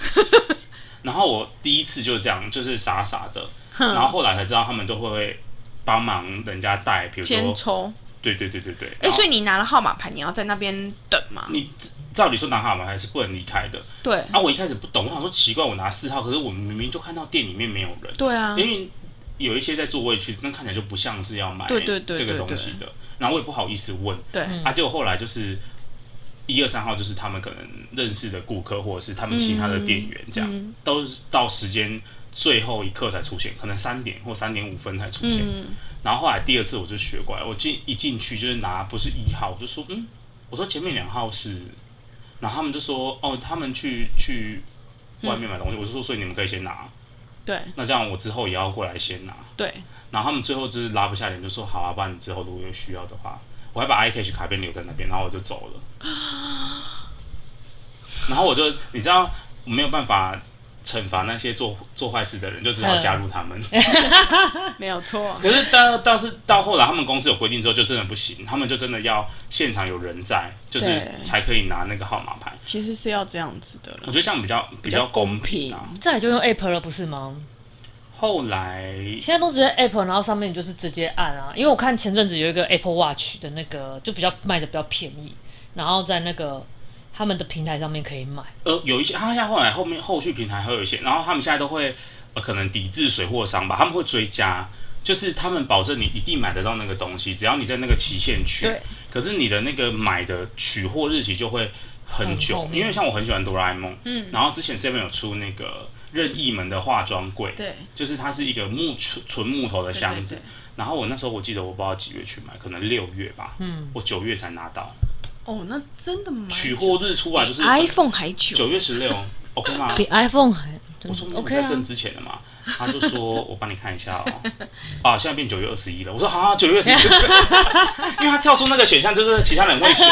[SPEAKER 1] 然后我第一次就这样，就是傻傻的，然后后来才知道他们都会帮忙人家带，比如
[SPEAKER 3] 先
[SPEAKER 1] 说，
[SPEAKER 3] 抽。
[SPEAKER 1] 对对对对对。
[SPEAKER 3] 哎、
[SPEAKER 1] 然后
[SPEAKER 3] 所以你拿了号码牌，你要在那边等吗？
[SPEAKER 1] 你照理说拿号码牌是不能离开的。
[SPEAKER 3] 对，
[SPEAKER 1] 啊，我一开始不懂，我想说奇怪，我拿四号，可是我明明就看到店里面没有人，
[SPEAKER 3] 对啊，
[SPEAKER 1] 因为有一些在座位区，那看起来就不像是要买
[SPEAKER 3] 对对对
[SPEAKER 1] 这个
[SPEAKER 3] 对
[SPEAKER 1] 东西的。然后我也不好意思问，
[SPEAKER 3] 对，
[SPEAKER 1] 啊，结果后来就是一二三号，就是他们可能认识的顾客，或者是他们其他的店员，这样、
[SPEAKER 3] 嗯
[SPEAKER 1] 都是到时间最后一刻才出现，可能三点或三点五分才出现。
[SPEAKER 3] 嗯
[SPEAKER 1] 然后后来第二次我就学过来，我进一进去就是拿不是一号，我就说嗯，我说前面两号是，然后他们就说哦，他们去去外面买东西，我就说所以你们可以先拿，
[SPEAKER 3] 对，
[SPEAKER 1] 那这样我之后也要过来先拿。
[SPEAKER 3] 对，
[SPEAKER 1] 然后他们最后就是拉不下脸，就说好啊，不然你之后如果有需要的话，我还把 I K 去卡片留在那边，然后我就走了。然后我就你知道我没有办法惩罚那些做做坏事的人，就只好加入他们。
[SPEAKER 3] 没有错。
[SPEAKER 1] 可是到到是到后来他们公司有规定之后，就真的不行，他们就真的要现场有人在，就是
[SPEAKER 3] 对
[SPEAKER 1] 才可以拿那个号码牌。
[SPEAKER 3] 其实是要这样子的了
[SPEAKER 1] 我觉得这样比较比较公平啊。
[SPEAKER 2] 再来就用 app 了，不是吗？
[SPEAKER 1] 后来
[SPEAKER 2] 现在都直接 app，然后上面你就是直接按啊。因为我看前阵子有一个 Apple Watch 的那个，就比较卖的比较便宜，然后在那个他们的平台上面可以买。
[SPEAKER 1] 呃，有一些，他现在后来后面后续平台还会有一些，然后他们现在都会呃，可能抵制水货商吧，他们会追加，就是他们保证你一定买得到那个东西，只要你在那个期限去
[SPEAKER 3] 对。
[SPEAKER 1] 可是你的那个买的取货日期就会很
[SPEAKER 2] 很
[SPEAKER 1] 久
[SPEAKER 2] 后，面
[SPEAKER 1] 因为像我很喜欢哆啦 A 梦，嗯，然后之前 Seven 有出那个任意门的化妆柜，
[SPEAKER 3] 对，
[SPEAKER 1] 就是它是一个木纯纯木头的
[SPEAKER 3] 对
[SPEAKER 1] 箱子
[SPEAKER 3] 对，对
[SPEAKER 1] 然后我那时候我记得我不知道几月去买，可能六月吧，嗯，我九月才拿到，
[SPEAKER 3] 哦，那真的蛮
[SPEAKER 1] 取货日出来就是
[SPEAKER 3] 比 iPhone 还久。
[SPEAKER 1] 九月十六，OK 吗？
[SPEAKER 2] 比 iPhone 还
[SPEAKER 1] 我说那我
[SPEAKER 2] OK
[SPEAKER 1] 在
[SPEAKER 2] 啊，
[SPEAKER 1] 更之前的嘛，他就说我帮你看一下哦， 啊，现在变九月二十一了。我说啊，九月二十一， 因为他跳出那个选项就是其他人会选，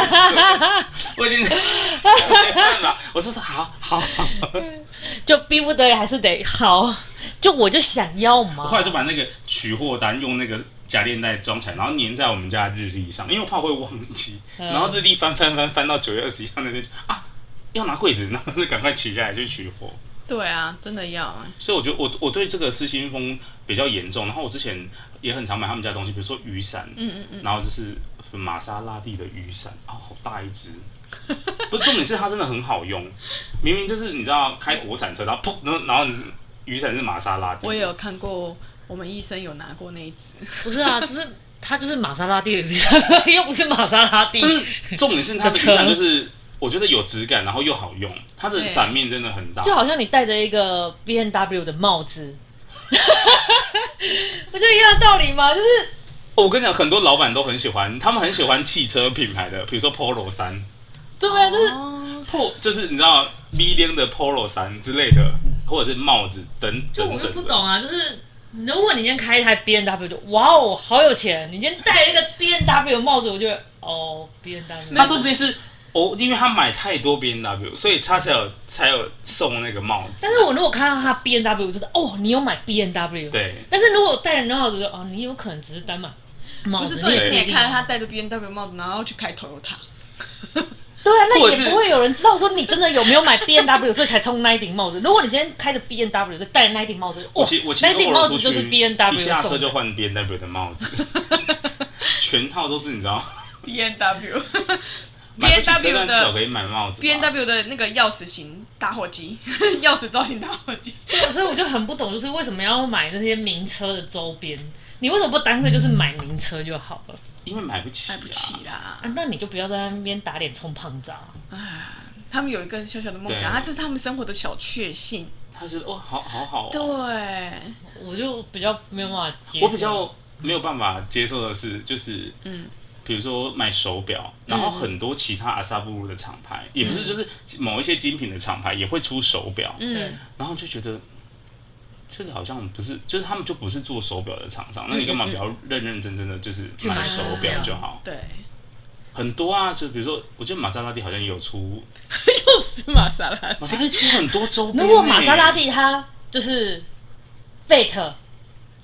[SPEAKER 1] 我已经 没办法，我就是好好，好
[SPEAKER 2] 就逼不得已还是得好，就我就想要
[SPEAKER 1] 后来
[SPEAKER 2] 嘛。
[SPEAKER 1] 就把那个取货单用那个假链袋装起来，然后粘在我们家的日历上，因为我怕我会忘记。
[SPEAKER 2] 嗯
[SPEAKER 1] 然后日历翻翻翻翻到九月二十一号那天就啊，要拿柜子，然后就赶快取下来去取货。
[SPEAKER 3] 对啊，真的要啊。
[SPEAKER 1] 所以我觉得我我对这个失心疯比较严重，然后我之前也很常买他们家的东西，比如说雨伞，嗯嗯嗯，然后就是玛莎拉蒂的雨伞，哦，好大一只，不是重点是它真的很好用，明明就是你知道开国产车，然后砰，然后然后你雨伞是玛莎拉蒂，
[SPEAKER 3] 我也有看过，我们医生有拿过那一只，
[SPEAKER 2] 不是啊，就是它就是玛莎拉蒂的雨伞， 又不是玛莎拉蒂。
[SPEAKER 1] 重点是它的雨伞就是我觉得有质感，然后又好用，它的伞面真的很大，
[SPEAKER 2] 就好像你戴着一个 B N W 的帽子， 不就一样的道理吗？就是
[SPEAKER 1] 哦我跟你讲，很多老板都很喜欢，他们很喜欢汽车品牌的，比如说 Polo 衫。
[SPEAKER 2] 对不对？就是、
[SPEAKER 1] polo 就是你知道 V 领的 polo 衫之类的，或者是帽子等
[SPEAKER 2] 就
[SPEAKER 1] 等
[SPEAKER 2] 我
[SPEAKER 1] 等
[SPEAKER 2] 就
[SPEAKER 1] 的。
[SPEAKER 2] 不懂啊，就是。如果你今天开一台 B N W，就哇哦，好有钱！你今天戴了一个 B N W 的帽子，我就会哦 B N W。
[SPEAKER 1] 他说不定是哦，因为他买太多 B N W，所以他才有才有送那个帽子。
[SPEAKER 2] 但是我如果看到他 B N W，我就知道哦，你有买 B N W。。
[SPEAKER 1] 对，
[SPEAKER 2] 但是如果戴了那帽子，我就哦，你有可能只是单买帽
[SPEAKER 3] 不
[SPEAKER 2] 子。
[SPEAKER 3] 是重点是
[SPEAKER 2] 你
[SPEAKER 3] 你
[SPEAKER 2] 也
[SPEAKER 3] 也
[SPEAKER 2] 不一定
[SPEAKER 3] 看到他戴着 B N W 帽子，然后去开 Toyota，
[SPEAKER 2] 对啊，
[SPEAKER 1] 或
[SPEAKER 2] 那
[SPEAKER 1] 者是
[SPEAKER 2] 也不会有人知道说你真的有没有买 B N W，所以才冲那一顶帽子。如果你今天开着 B N W，就戴着那一顶帽子，
[SPEAKER 1] 我
[SPEAKER 2] 哇
[SPEAKER 1] 骑我，骑
[SPEAKER 2] 那一顶
[SPEAKER 1] Polo
[SPEAKER 2] 帽子
[SPEAKER 1] 出去
[SPEAKER 2] 就是 B N W
[SPEAKER 1] 一下车
[SPEAKER 2] 送
[SPEAKER 1] 就
[SPEAKER 2] 的。
[SPEAKER 1] 换 B N W 的帽 子，全套都是你知道
[SPEAKER 3] B N W
[SPEAKER 1] 买不起
[SPEAKER 3] B&W
[SPEAKER 1] 车，但至少
[SPEAKER 3] 的
[SPEAKER 1] 可以买帽子吧。
[SPEAKER 3] B N W 的那个钥匙型打火机， 钥匙造型打火机，
[SPEAKER 2] 所以我就很不懂，就是为什么要买那些名车的周边？你为什么不干脆
[SPEAKER 1] 嗯
[SPEAKER 2] 就是买名车就好了？
[SPEAKER 1] 因为买不起、啊，
[SPEAKER 3] 买不起啦。
[SPEAKER 2] 啊，那你就不要在那边打脸充胖子啊！
[SPEAKER 3] 他们有一个小小的梦
[SPEAKER 1] 对
[SPEAKER 3] 想，啊，这是他们生活的小确幸。
[SPEAKER 1] 他觉得哦，好好好、哦。
[SPEAKER 3] 对，
[SPEAKER 2] 我就比较没有办法接受。
[SPEAKER 1] 我比较没有办法接受的是，就是嗯，比如说买手表，然后很多其他阿萨布鲁的厂牌，
[SPEAKER 2] 嗯
[SPEAKER 1] 也不是就是某一些精品的厂牌也会出手表，
[SPEAKER 2] 对
[SPEAKER 3] 嗯，
[SPEAKER 1] 然后就觉得。这个好像不是，就是他们就不是做手表的厂商，那
[SPEAKER 2] 嗯
[SPEAKER 1] 你干嘛不要认认真真的就是买手表就好？
[SPEAKER 3] 对，
[SPEAKER 1] 很多啊，就比如说，我觉得玛莎拉蒂好像也有出，
[SPEAKER 3] 又是玛莎拉
[SPEAKER 1] 玛莎拉蒂出很多周边欸、
[SPEAKER 2] 哎如果玛莎拉蒂它就是 Fit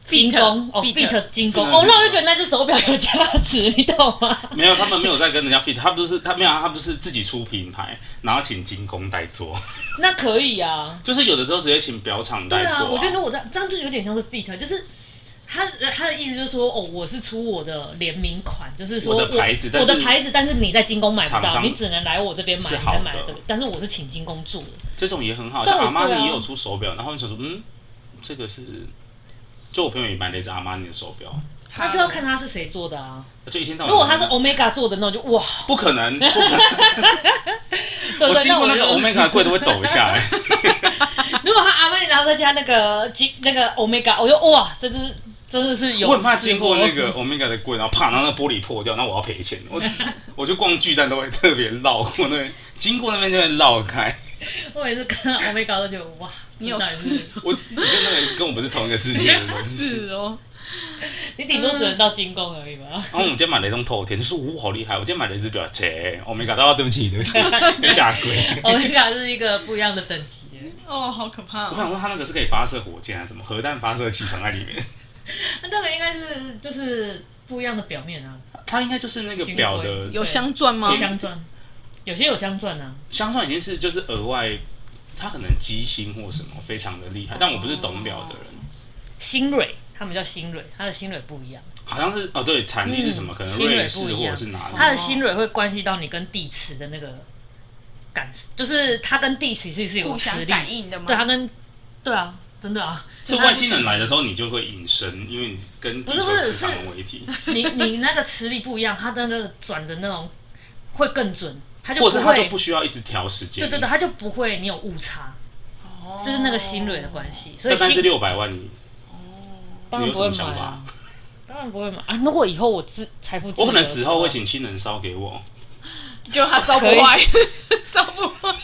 [SPEAKER 2] 精工哦
[SPEAKER 3] Fit
[SPEAKER 2] Fit 精工
[SPEAKER 1] Fit
[SPEAKER 2] 哦，那我就觉得那只手表有价值，你懂吗？
[SPEAKER 1] 没有，他们没有在跟人家 fit，他们都是他没有啊，他们就是自己出品牌，然后请精工代做。
[SPEAKER 2] 那可以啊，
[SPEAKER 1] 就是有的都直接请表厂
[SPEAKER 2] 对
[SPEAKER 1] 代做、
[SPEAKER 2] 啊，我觉得如果这样这样就有点像是 Fit，就是。他他的意思就是说，哦，我是出我的联名款，就是说
[SPEAKER 1] 我的牌子
[SPEAKER 2] 我
[SPEAKER 1] 但是
[SPEAKER 2] 的牌子，但是你在精工买不
[SPEAKER 1] 厂
[SPEAKER 2] 到，
[SPEAKER 1] 商
[SPEAKER 2] 你只能来我这边买，
[SPEAKER 1] 是
[SPEAKER 2] 你
[SPEAKER 1] 好
[SPEAKER 2] 才
[SPEAKER 1] 的
[SPEAKER 2] 买得到。但是我是请精工做的，
[SPEAKER 1] 这种也很好，
[SPEAKER 2] 对
[SPEAKER 1] 像阿玛
[SPEAKER 2] 对啊
[SPEAKER 1] 尼也有出手表，然后你想说，嗯，这个是，就我朋友也买了一只阿玛尼的手表，
[SPEAKER 2] 那就要看他是谁做的啊。
[SPEAKER 1] 就一天到晚。
[SPEAKER 2] 如果他是 Omega 做的，那我就哇，
[SPEAKER 1] 不可 能，不可能
[SPEAKER 2] 对
[SPEAKER 1] 我
[SPEAKER 2] 对，
[SPEAKER 1] 经过那
[SPEAKER 2] 我
[SPEAKER 1] 个
[SPEAKER 2] 就
[SPEAKER 1] Omega 的柜都会抖一 下欸来。
[SPEAKER 2] 如果他阿曼尼，然后再加那个金那个 Omega，我就哇，这只真的是有。
[SPEAKER 1] 我很怕经过那个 Omega 的柜，然后啪，然后那玻璃破掉，那我要赔钱。我我就逛巨蛋都会特别绕过那边，经过那边就会绕开。
[SPEAKER 2] 我每次看到 Omega 都觉得哇，
[SPEAKER 3] 你有
[SPEAKER 2] 到底是
[SPEAKER 3] 事
[SPEAKER 1] 我我觉得那个跟我不是同一个世界的 东西。
[SPEAKER 3] 是哦，
[SPEAKER 2] 你顶多只能到精工而已 嘛。
[SPEAKER 1] 然后我们今天买了一栋透天，就说哇好厉害，我今天买了一只表，切，Omega 哦到，对不起对不 起，要下跪。
[SPEAKER 2] Omega 是一个不一样的等级耶，
[SPEAKER 3] 哦，好可怕
[SPEAKER 1] 我
[SPEAKER 3] 哦。
[SPEAKER 1] 想问他那个是可以发射火箭还是什么核弹发射器藏在里面？
[SPEAKER 2] 那这个应该是就是不一样的表面啊，
[SPEAKER 1] 它应该就是那个表的
[SPEAKER 3] 有镶钻
[SPEAKER 1] 嗯
[SPEAKER 3] 吗
[SPEAKER 2] 有？镶钻，有些有镶钻啊。
[SPEAKER 1] 镶钻已经是就是额外，它可能机芯或什么非常的厉害，但我不是懂表的人，
[SPEAKER 2] 新蕊，他们叫新蕊，它的新蕊不一样，
[SPEAKER 1] 好像是哦对，产地是什么？可能
[SPEAKER 2] 嗯新蕊
[SPEAKER 1] 瑞
[SPEAKER 2] 不
[SPEAKER 1] 士
[SPEAKER 2] 一
[SPEAKER 1] 或
[SPEAKER 2] 样
[SPEAKER 1] 者是哪里？
[SPEAKER 2] 它的新蕊会关系到你跟地磁的那个感，就是它跟地磁其实是有
[SPEAKER 3] 互
[SPEAKER 2] 磁
[SPEAKER 3] 相
[SPEAKER 2] 力
[SPEAKER 3] 感应的吗？
[SPEAKER 2] 对，它跟对啊，真的啊，
[SPEAKER 1] 所以外星人来的时候你就会隐身，因为你跟地
[SPEAKER 2] 不是
[SPEAKER 1] 球
[SPEAKER 2] 不是
[SPEAKER 1] 磁场
[SPEAKER 2] 是
[SPEAKER 1] 为体，
[SPEAKER 2] 你你那个磁力不一样，它的那个转的那种会更准，它就
[SPEAKER 1] 或
[SPEAKER 2] 不
[SPEAKER 1] 者是它就
[SPEAKER 2] 会，
[SPEAKER 1] 不需要一直调时间。
[SPEAKER 2] 对对对，它就不会你有误差，就是那个心蕊的关系，所以
[SPEAKER 1] 但但是
[SPEAKER 2] 心
[SPEAKER 1] 六百万你
[SPEAKER 2] 当
[SPEAKER 1] 你
[SPEAKER 2] 然
[SPEAKER 1] 有
[SPEAKER 2] 不
[SPEAKER 1] 什
[SPEAKER 2] 会
[SPEAKER 1] 么
[SPEAKER 2] 买
[SPEAKER 1] 想
[SPEAKER 2] 啊
[SPEAKER 1] 法，？
[SPEAKER 2] 当然不会买啊！如果以后我自财富自
[SPEAKER 1] 我
[SPEAKER 2] 由的时候，
[SPEAKER 1] 可能死后会请亲人烧给我，
[SPEAKER 3] 就它烧不 坏，烧不坏。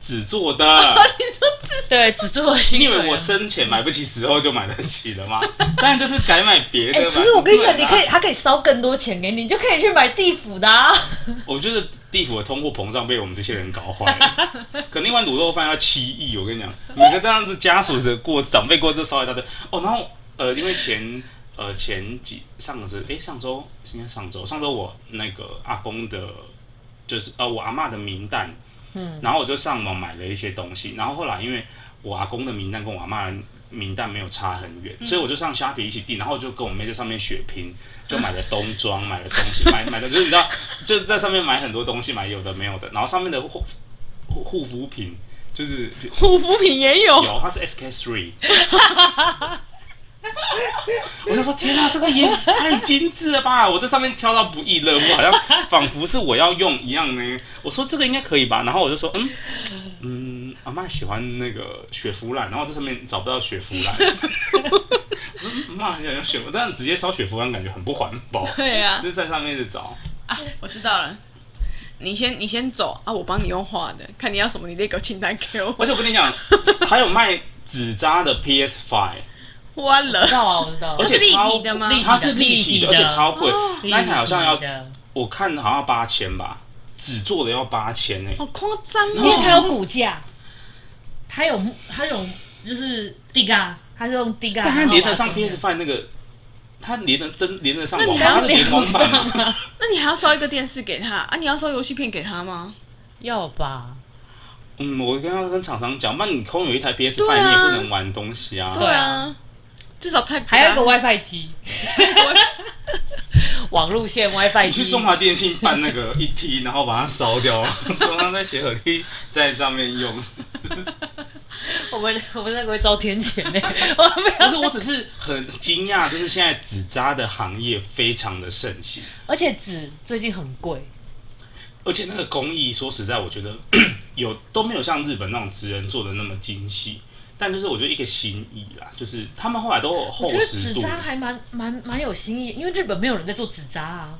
[SPEAKER 1] 纸做 的。
[SPEAKER 2] 对只做心
[SPEAKER 1] 你以
[SPEAKER 2] 蕊啊，
[SPEAKER 1] 为我生前买不起，死后就买得起了吗？ 当然就是改买别
[SPEAKER 2] 哎、
[SPEAKER 1] 的吧。
[SPEAKER 2] 不是我跟你讲，
[SPEAKER 1] 对
[SPEAKER 2] 你
[SPEAKER 1] 啊
[SPEAKER 2] 可以，。他可以烧更多钱给你，你就可以去买地府的、啊。
[SPEAKER 1] 我觉得地府的通货膨胀被我们这些人搞坏了， 可能一碗卤肉饭要七亿。我跟你讲，每个这样子家属的过长辈过这烧一大堆哦，然后呃，因为前呃前几上个是诶，上周应该上周上周我那个阿公的，就是呃我阿嬷的名单，嗯，然后我就上网买了一些东西，然后后来因为我阿公的名单跟我阿嬷的名单没有差很远，所以我就上虾皮一起订，然后我就跟我妹在上面血拼，就买了冬装，买了东西，买买的就是你知道，就是在上面买很多东西，买有的没有的，然后上面的护护护肤品就是
[SPEAKER 3] 护肤品也有，
[SPEAKER 1] 有，它是 SK three。我就说天啊，这个也太精致了吧！我在上面挑到不亦乐乎，好像仿佛是我要用一样呢。我说这个应该可以吧，然后我就说嗯嗯，阿妈喜欢那个雪芙兰，然后我在上面找不到雪芙兰。 我说嗯妈喜欢雪芙，但直接烧雪芙兰感觉很不环保，
[SPEAKER 3] 对
[SPEAKER 2] 啊
[SPEAKER 3] 呀、
[SPEAKER 1] 就是在上面一直找。
[SPEAKER 3] 啊，我知道了。你先，你先走啊！我帮你用画的，看你要什么，你列个清单给我。
[SPEAKER 1] 而且我跟你讲，还有卖纸扎的 PS Five。
[SPEAKER 3] 完了
[SPEAKER 2] 知，道啊，我知道啊
[SPEAKER 1] 而。且
[SPEAKER 3] 是立
[SPEAKER 1] 超
[SPEAKER 3] 体的吗
[SPEAKER 2] 立体
[SPEAKER 1] 它是立体的，
[SPEAKER 2] 立
[SPEAKER 1] 而
[SPEAKER 2] 体
[SPEAKER 1] 且
[SPEAKER 2] 的
[SPEAKER 1] 超贵，那一台好像要
[SPEAKER 2] 立体的
[SPEAKER 1] 我看好像八千吧，纸做的要八千呢。欸
[SPEAKER 3] 好夸张
[SPEAKER 2] 因为
[SPEAKER 3] 哦！
[SPEAKER 2] 它有骨架，它有它有就是地嘎，它是用地嘎，
[SPEAKER 1] 但它
[SPEAKER 2] 然后
[SPEAKER 1] 连得上
[SPEAKER 2] 把它
[SPEAKER 1] PS Five 那个，它连得登连得上
[SPEAKER 3] 那
[SPEAKER 1] 网
[SPEAKER 3] 你
[SPEAKER 1] 吧，
[SPEAKER 3] 还要
[SPEAKER 1] 它是连网版
[SPEAKER 2] 连不
[SPEAKER 1] 的。
[SPEAKER 3] 那你还要烧一个电视给他啊？你要烧游戏片给他吗？
[SPEAKER 2] 要吧？
[SPEAKER 1] 嗯，我刚刚跟厂商讲，那你空有一台 PS
[SPEAKER 3] 对
[SPEAKER 1] Five，你也
[SPEAKER 3] 啊
[SPEAKER 1] 不能玩东西啊。
[SPEAKER 3] 对
[SPEAKER 2] 啊
[SPEAKER 3] 啊，至少太
[SPEAKER 2] 还有一个 WiFi 机，
[SPEAKER 3] 我
[SPEAKER 2] 网路线 WiFi
[SPEAKER 1] 你去
[SPEAKER 2] 机，
[SPEAKER 1] 中华电信办那个一 T，然后把它烧掉，啊烧它在协和利在上面用。
[SPEAKER 2] 我们我们那个会遭天谴呢。 我们没
[SPEAKER 1] 但是
[SPEAKER 2] 有，
[SPEAKER 1] 我只是很惊讶，就是现在纸扎的行业非常的盛行。
[SPEAKER 2] 而且纸最近很贵，
[SPEAKER 1] 而且那个工艺，说实在，我觉得 有都没有像日本那种职人做的那么精细。但就是我觉得一个心意啦，就是他们后来都有
[SPEAKER 2] 我
[SPEAKER 1] 厚
[SPEAKER 2] 觉得
[SPEAKER 1] 实
[SPEAKER 2] 纸
[SPEAKER 1] 度，
[SPEAKER 2] 扎还蛮蛮蛮有新意，因为日本没有人在做纸扎啊。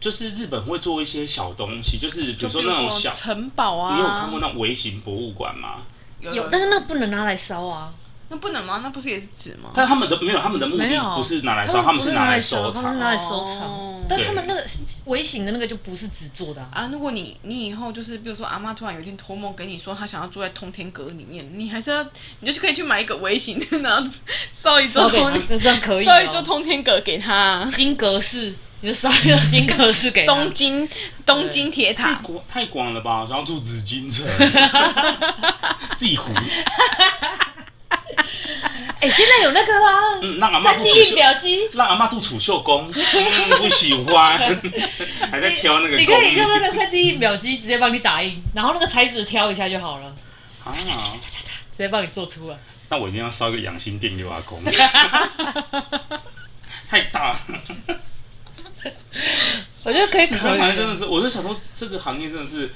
[SPEAKER 1] 就是日本会做一些小东西，就是比 如
[SPEAKER 3] 就
[SPEAKER 1] 说
[SPEAKER 3] 比
[SPEAKER 1] 那
[SPEAKER 3] 如
[SPEAKER 1] 种
[SPEAKER 3] 说
[SPEAKER 1] 小，
[SPEAKER 3] 城堡啊，
[SPEAKER 1] 你有看过那种微型博物馆吗？
[SPEAKER 3] 有
[SPEAKER 2] 有，但是那不能拿来烧啊，
[SPEAKER 3] 那不能吗？那不是也是纸吗？
[SPEAKER 1] 但他们的没有，他们的目
[SPEAKER 2] 没
[SPEAKER 1] 的
[SPEAKER 2] 有
[SPEAKER 1] 不是拿来烧，
[SPEAKER 2] 他
[SPEAKER 1] 他
[SPEAKER 2] 们
[SPEAKER 1] 们
[SPEAKER 2] 不是
[SPEAKER 1] 是
[SPEAKER 2] 拿
[SPEAKER 1] 拿
[SPEAKER 2] 来
[SPEAKER 1] 来
[SPEAKER 2] 烧
[SPEAKER 1] 收
[SPEAKER 2] 他们是
[SPEAKER 1] 藏。
[SPEAKER 2] 拿来收藏
[SPEAKER 3] 哦，
[SPEAKER 2] 但他们那个微型的那个就不是纸做 的啊。
[SPEAKER 3] 啊，如果你你以后就是，比如说阿妈突然有一天托梦给你说她想要住在通天阁里面，你还是要，你就可以去买一个微型的，然后烧一
[SPEAKER 2] 烧
[SPEAKER 3] 座
[SPEAKER 2] 给他，
[SPEAKER 3] 通
[SPEAKER 2] 这样可以
[SPEAKER 3] 烧一座
[SPEAKER 2] 哦。
[SPEAKER 3] 通天阁给她。
[SPEAKER 1] 啊
[SPEAKER 2] 金格式，你就烧一个金格式给他
[SPEAKER 3] 东京东京铁塔，
[SPEAKER 1] 国太广了吧？想要住紫禁 城，自己胡。
[SPEAKER 2] 哎、现在有那 个啊，
[SPEAKER 1] 嗯，让阿妈
[SPEAKER 2] 三
[SPEAKER 1] 住
[SPEAKER 2] D
[SPEAKER 1] 储
[SPEAKER 2] 印
[SPEAKER 1] 秀，
[SPEAKER 2] 表机，
[SPEAKER 1] 让阿妈住储秀宫，嗯不喜 欢，还 在挑那个
[SPEAKER 2] 你
[SPEAKER 1] 宫
[SPEAKER 2] 可以
[SPEAKER 1] 庙
[SPEAKER 2] 用那个三 D 印表机直接帮你打印，然后那个材质挑一下就好了，
[SPEAKER 1] 啊。
[SPEAKER 2] 直接帮你做出来。
[SPEAKER 1] 那我一定要烧一个养心殿给我阿公，太大了。
[SPEAKER 2] 我觉得可以
[SPEAKER 1] 这
[SPEAKER 2] 考
[SPEAKER 1] 个行业真
[SPEAKER 2] 虑。
[SPEAKER 1] 的是，我就想说这个行业真的是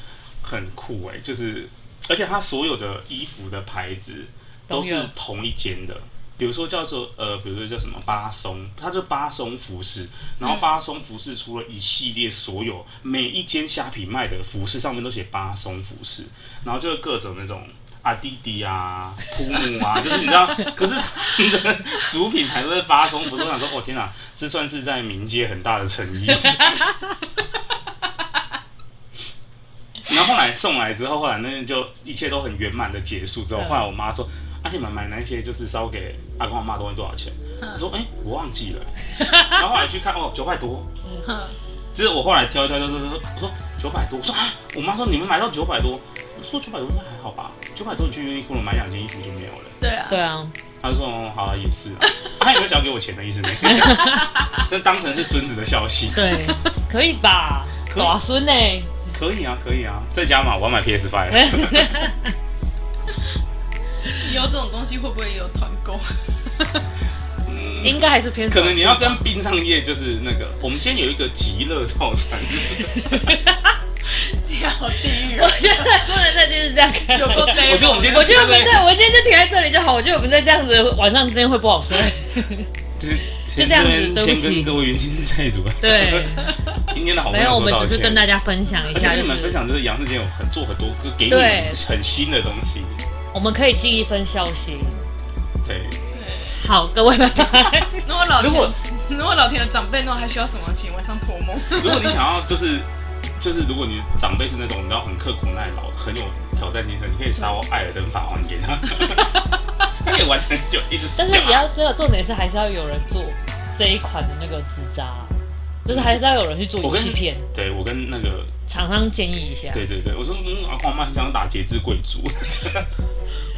[SPEAKER 1] 很酷哎、就是而且它所有的衣服的牌子都
[SPEAKER 2] 都
[SPEAKER 1] 是
[SPEAKER 2] 有
[SPEAKER 1] 同一间的。比如说叫做呃，比如说叫什么巴松，它就巴松服饰，然
[SPEAKER 2] 嗯
[SPEAKER 1] 后巴松服饰出了一系列所有每一间虾皮卖的服饰上面都写巴松服饰，然后就各种那种阿弟弟啊、铺木 啊，就是你知道，可是他们的主品牌都是巴松服饰，我想说，哦天哪，这算是在民间很大的诚意。然后后来送来之后，后来那天就一切都很圆满的结束之后，
[SPEAKER 2] 嗯
[SPEAKER 1] 后来我妈说：“啊，你们买那些就是烧给阿公阿妈的东西多少钱？”我说：“哎、我忘记了。”然后后来去看，哦，九百多。就是我后来挑一挑，挑挑挑，我说九百多，我说啊，我妈说你们买到九百多，我说九百多应该还好吧，九百多你去优衣库买两件衣服就没有了。
[SPEAKER 3] 对啊，
[SPEAKER 2] 对啊，
[SPEAKER 1] 她就说哦，好啊，也是啊， 她也没有想要给我钱的意思呢，这当成是孙子的孝心。
[SPEAKER 2] 对，可以吧？
[SPEAKER 1] 可以
[SPEAKER 2] 大孙呢、欸
[SPEAKER 1] 可以啊，可以啊，在家嘛，我要买 PS Five。
[SPEAKER 3] 以后这种东西会不会也有团购？
[SPEAKER 2] 应该还是偏少
[SPEAKER 1] 可
[SPEAKER 2] 数
[SPEAKER 1] 能你要跟殡葬业就是那个，我们今天有一个极乐套餐，
[SPEAKER 3] 你好地狱
[SPEAKER 2] 我
[SPEAKER 3] 哦！
[SPEAKER 2] 现在不能再继续这样看。
[SPEAKER 3] 有够
[SPEAKER 1] 我觉得我们今天就
[SPEAKER 2] 我觉得我们
[SPEAKER 1] 对
[SPEAKER 2] 在，我今天就停在这里就好。我觉得我们再这样子，晚上今天会不 好睡。
[SPEAKER 1] 就是先
[SPEAKER 2] 就这样子
[SPEAKER 1] 跟
[SPEAKER 2] 对不
[SPEAKER 1] 先
[SPEAKER 2] 起
[SPEAKER 1] 跟各位冤亲债主，
[SPEAKER 2] 对，
[SPEAKER 1] 今天的好朋
[SPEAKER 2] 没
[SPEAKER 1] 友
[SPEAKER 2] 有，我
[SPEAKER 1] 说
[SPEAKER 2] 们
[SPEAKER 1] 道
[SPEAKER 2] 只是
[SPEAKER 1] 歉。
[SPEAKER 2] 跟大家分享
[SPEAKER 1] 而
[SPEAKER 2] 一
[SPEAKER 1] 且
[SPEAKER 2] 下，
[SPEAKER 1] 跟
[SPEAKER 2] 就
[SPEAKER 1] 你们分
[SPEAKER 2] 是
[SPEAKER 1] 享，就是杨世杰有很做很多歌，给你
[SPEAKER 2] 对
[SPEAKER 1] 很新的东西。
[SPEAKER 2] 我们可以尽一份孝心。
[SPEAKER 1] 对，
[SPEAKER 2] 好，各位拜拜。
[SPEAKER 3] 如果老
[SPEAKER 1] 如果
[SPEAKER 3] 天，如果老天的长辈那还需要什么，请晚上托梦。
[SPEAKER 1] 如果你想要就是就是，如果你长辈是那种你知道很刻苦耐劳、很有挑战精神，你可以烧艾尔登法环给 他，他可以玩很久，一直死
[SPEAKER 2] 但是
[SPEAKER 1] 掉
[SPEAKER 2] 也要这个重点是还是要有人做，这一款的那个纸扎，就是还是要有人去做
[SPEAKER 1] 我
[SPEAKER 2] 游
[SPEAKER 1] 跟
[SPEAKER 2] 戏片，
[SPEAKER 1] 对我跟那个，
[SPEAKER 2] 厂商建议一下。
[SPEAKER 1] 对对对，我说嗯，阿黄妈很想打节制贵族，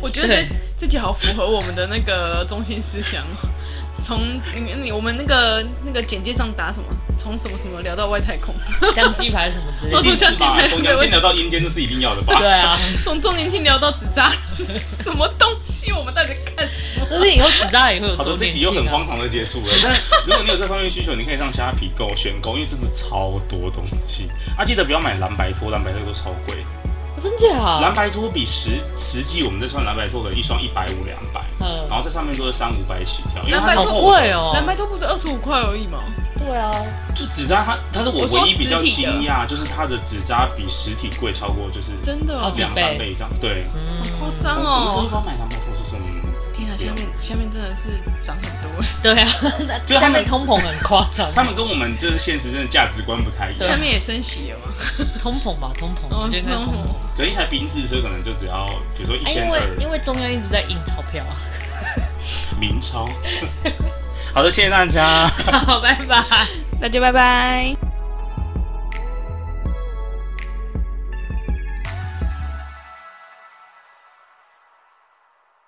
[SPEAKER 3] 我觉得
[SPEAKER 2] 对
[SPEAKER 3] 这这集好符合我们的那个中心思想哦。从你你我们那个那个简介上打什么，从什么什么聊到外 太空，
[SPEAKER 2] 像鸡排什么 之类
[SPEAKER 3] 我
[SPEAKER 1] 一
[SPEAKER 2] 的。
[SPEAKER 3] 说
[SPEAKER 1] 定是吧？
[SPEAKER 3] 像
[SPEAKER 1] 从
[SPEAKER 3] 今天
[SPEAKER 1] 阳间聊到阴间，这是一定要的 吧？
[SPEAKER 2] 对啊，
[SPEAKER 3] 从重年轻聊到纸扎人， 什么东西？我们到底在看什么？
[SPEAKER 2] 就是以后纸扎也会有
[SPEAKER 1] 好
[SPEAKER 2] 周
[SPEAKER 1] 的，这
[SPEAKER 2] 年
[SPEAKER 1] 集又
[SPEAKER 2] 庆
[SPEAKER 1] 很
[SPEAKER 2] 啊
[SPEAKER 1] 荒。唐的结束了。但如果你有这方面需求，你可以上虾皮购选购，因为真的超多东西。啊，记得不要买蓝白拖，蓝白拖都超贵。
[SPEAKER 2] 真假
[SPEAKER 1] 蓝？白拖比实实际我们在穿蓝白拖可能一双一百五两百，
[SPEAKER 2] 嗯
[SPEAKER 1] 然后在上面都是三五百起跳，因为
[SPEAKER 3] 蓝
[SPEAKER 1] 它
[SPEAKER 3] 白
[SPEAKER 1] 是
[SPEAKER 3] 拖
[SPEAKER 2] 好
[SPEAKER 1] 厚
[SPEAKER 2] 贵
[SPEAKER 1] 的，
[SPEAKER 2] 哦。
[SPEAKER 3] 蓝白拖不是二十五块而已吗？
[SPEAKER 2] 对啊，
[SPEAKER 1] 就纸扎它，但是我
[SPEAKER 3] 我说
[SPEAKER 1] 唯一比较
[SPEAKER 3] 实体的
[SPEAKER 1] 惊讶就是它的纸扎比实体贵超过就是
[SPEAKER 3] 真的
[SPEAKER 2] 好
[SPEAKER 3] 哦，
[SPEAKER 2] 几
[SPEAKER 1] 两三倍以上，对。
[SPEAKER 3] 好夸
[SPEAKER 2] 嗯，
[SPEAKER 3] 张
[SPEAKER 1] 我我
[SPEAKER 3] 哦！
[SPEAKER 1] 说买蓝白拖是什么？
[SPEAKER 3] 天啊，下面下面真的是涨很多哎，
[SPEAKER 2] 对 啊，
[SPEAKER 1] 就是
[SPEAKER 2] 下
[SPEAKER 1] 他
[SPEAKER 2] 面
[SPEAKER 1] 们
[SPEAKER 2] 通膨很夸张，
[SPEAKER 1] 他们跟我们这个现实真的价值观不太一样
[SPEAKER 3] 下。面也升息了嘛？哦
[SPEAKER 2] 通膨吧，通膨，我觉得应该哦通膨。
[SPEAKER 1] 可能一台宾士车可能就只要，比如说一
[SPEAKER 2] 哎，
[SPEAKER 1] 千
[SPEAKER 2] 因为
[SPEAKER 1] 二
[SPEAKER 2] 因为中央一直在印钞 票。
[SPEAKER 1] 明超。好的，谢谢大家。
[SPEAKER 2] 好，拜拜。
[SPEAKER 3] 大家拜拜。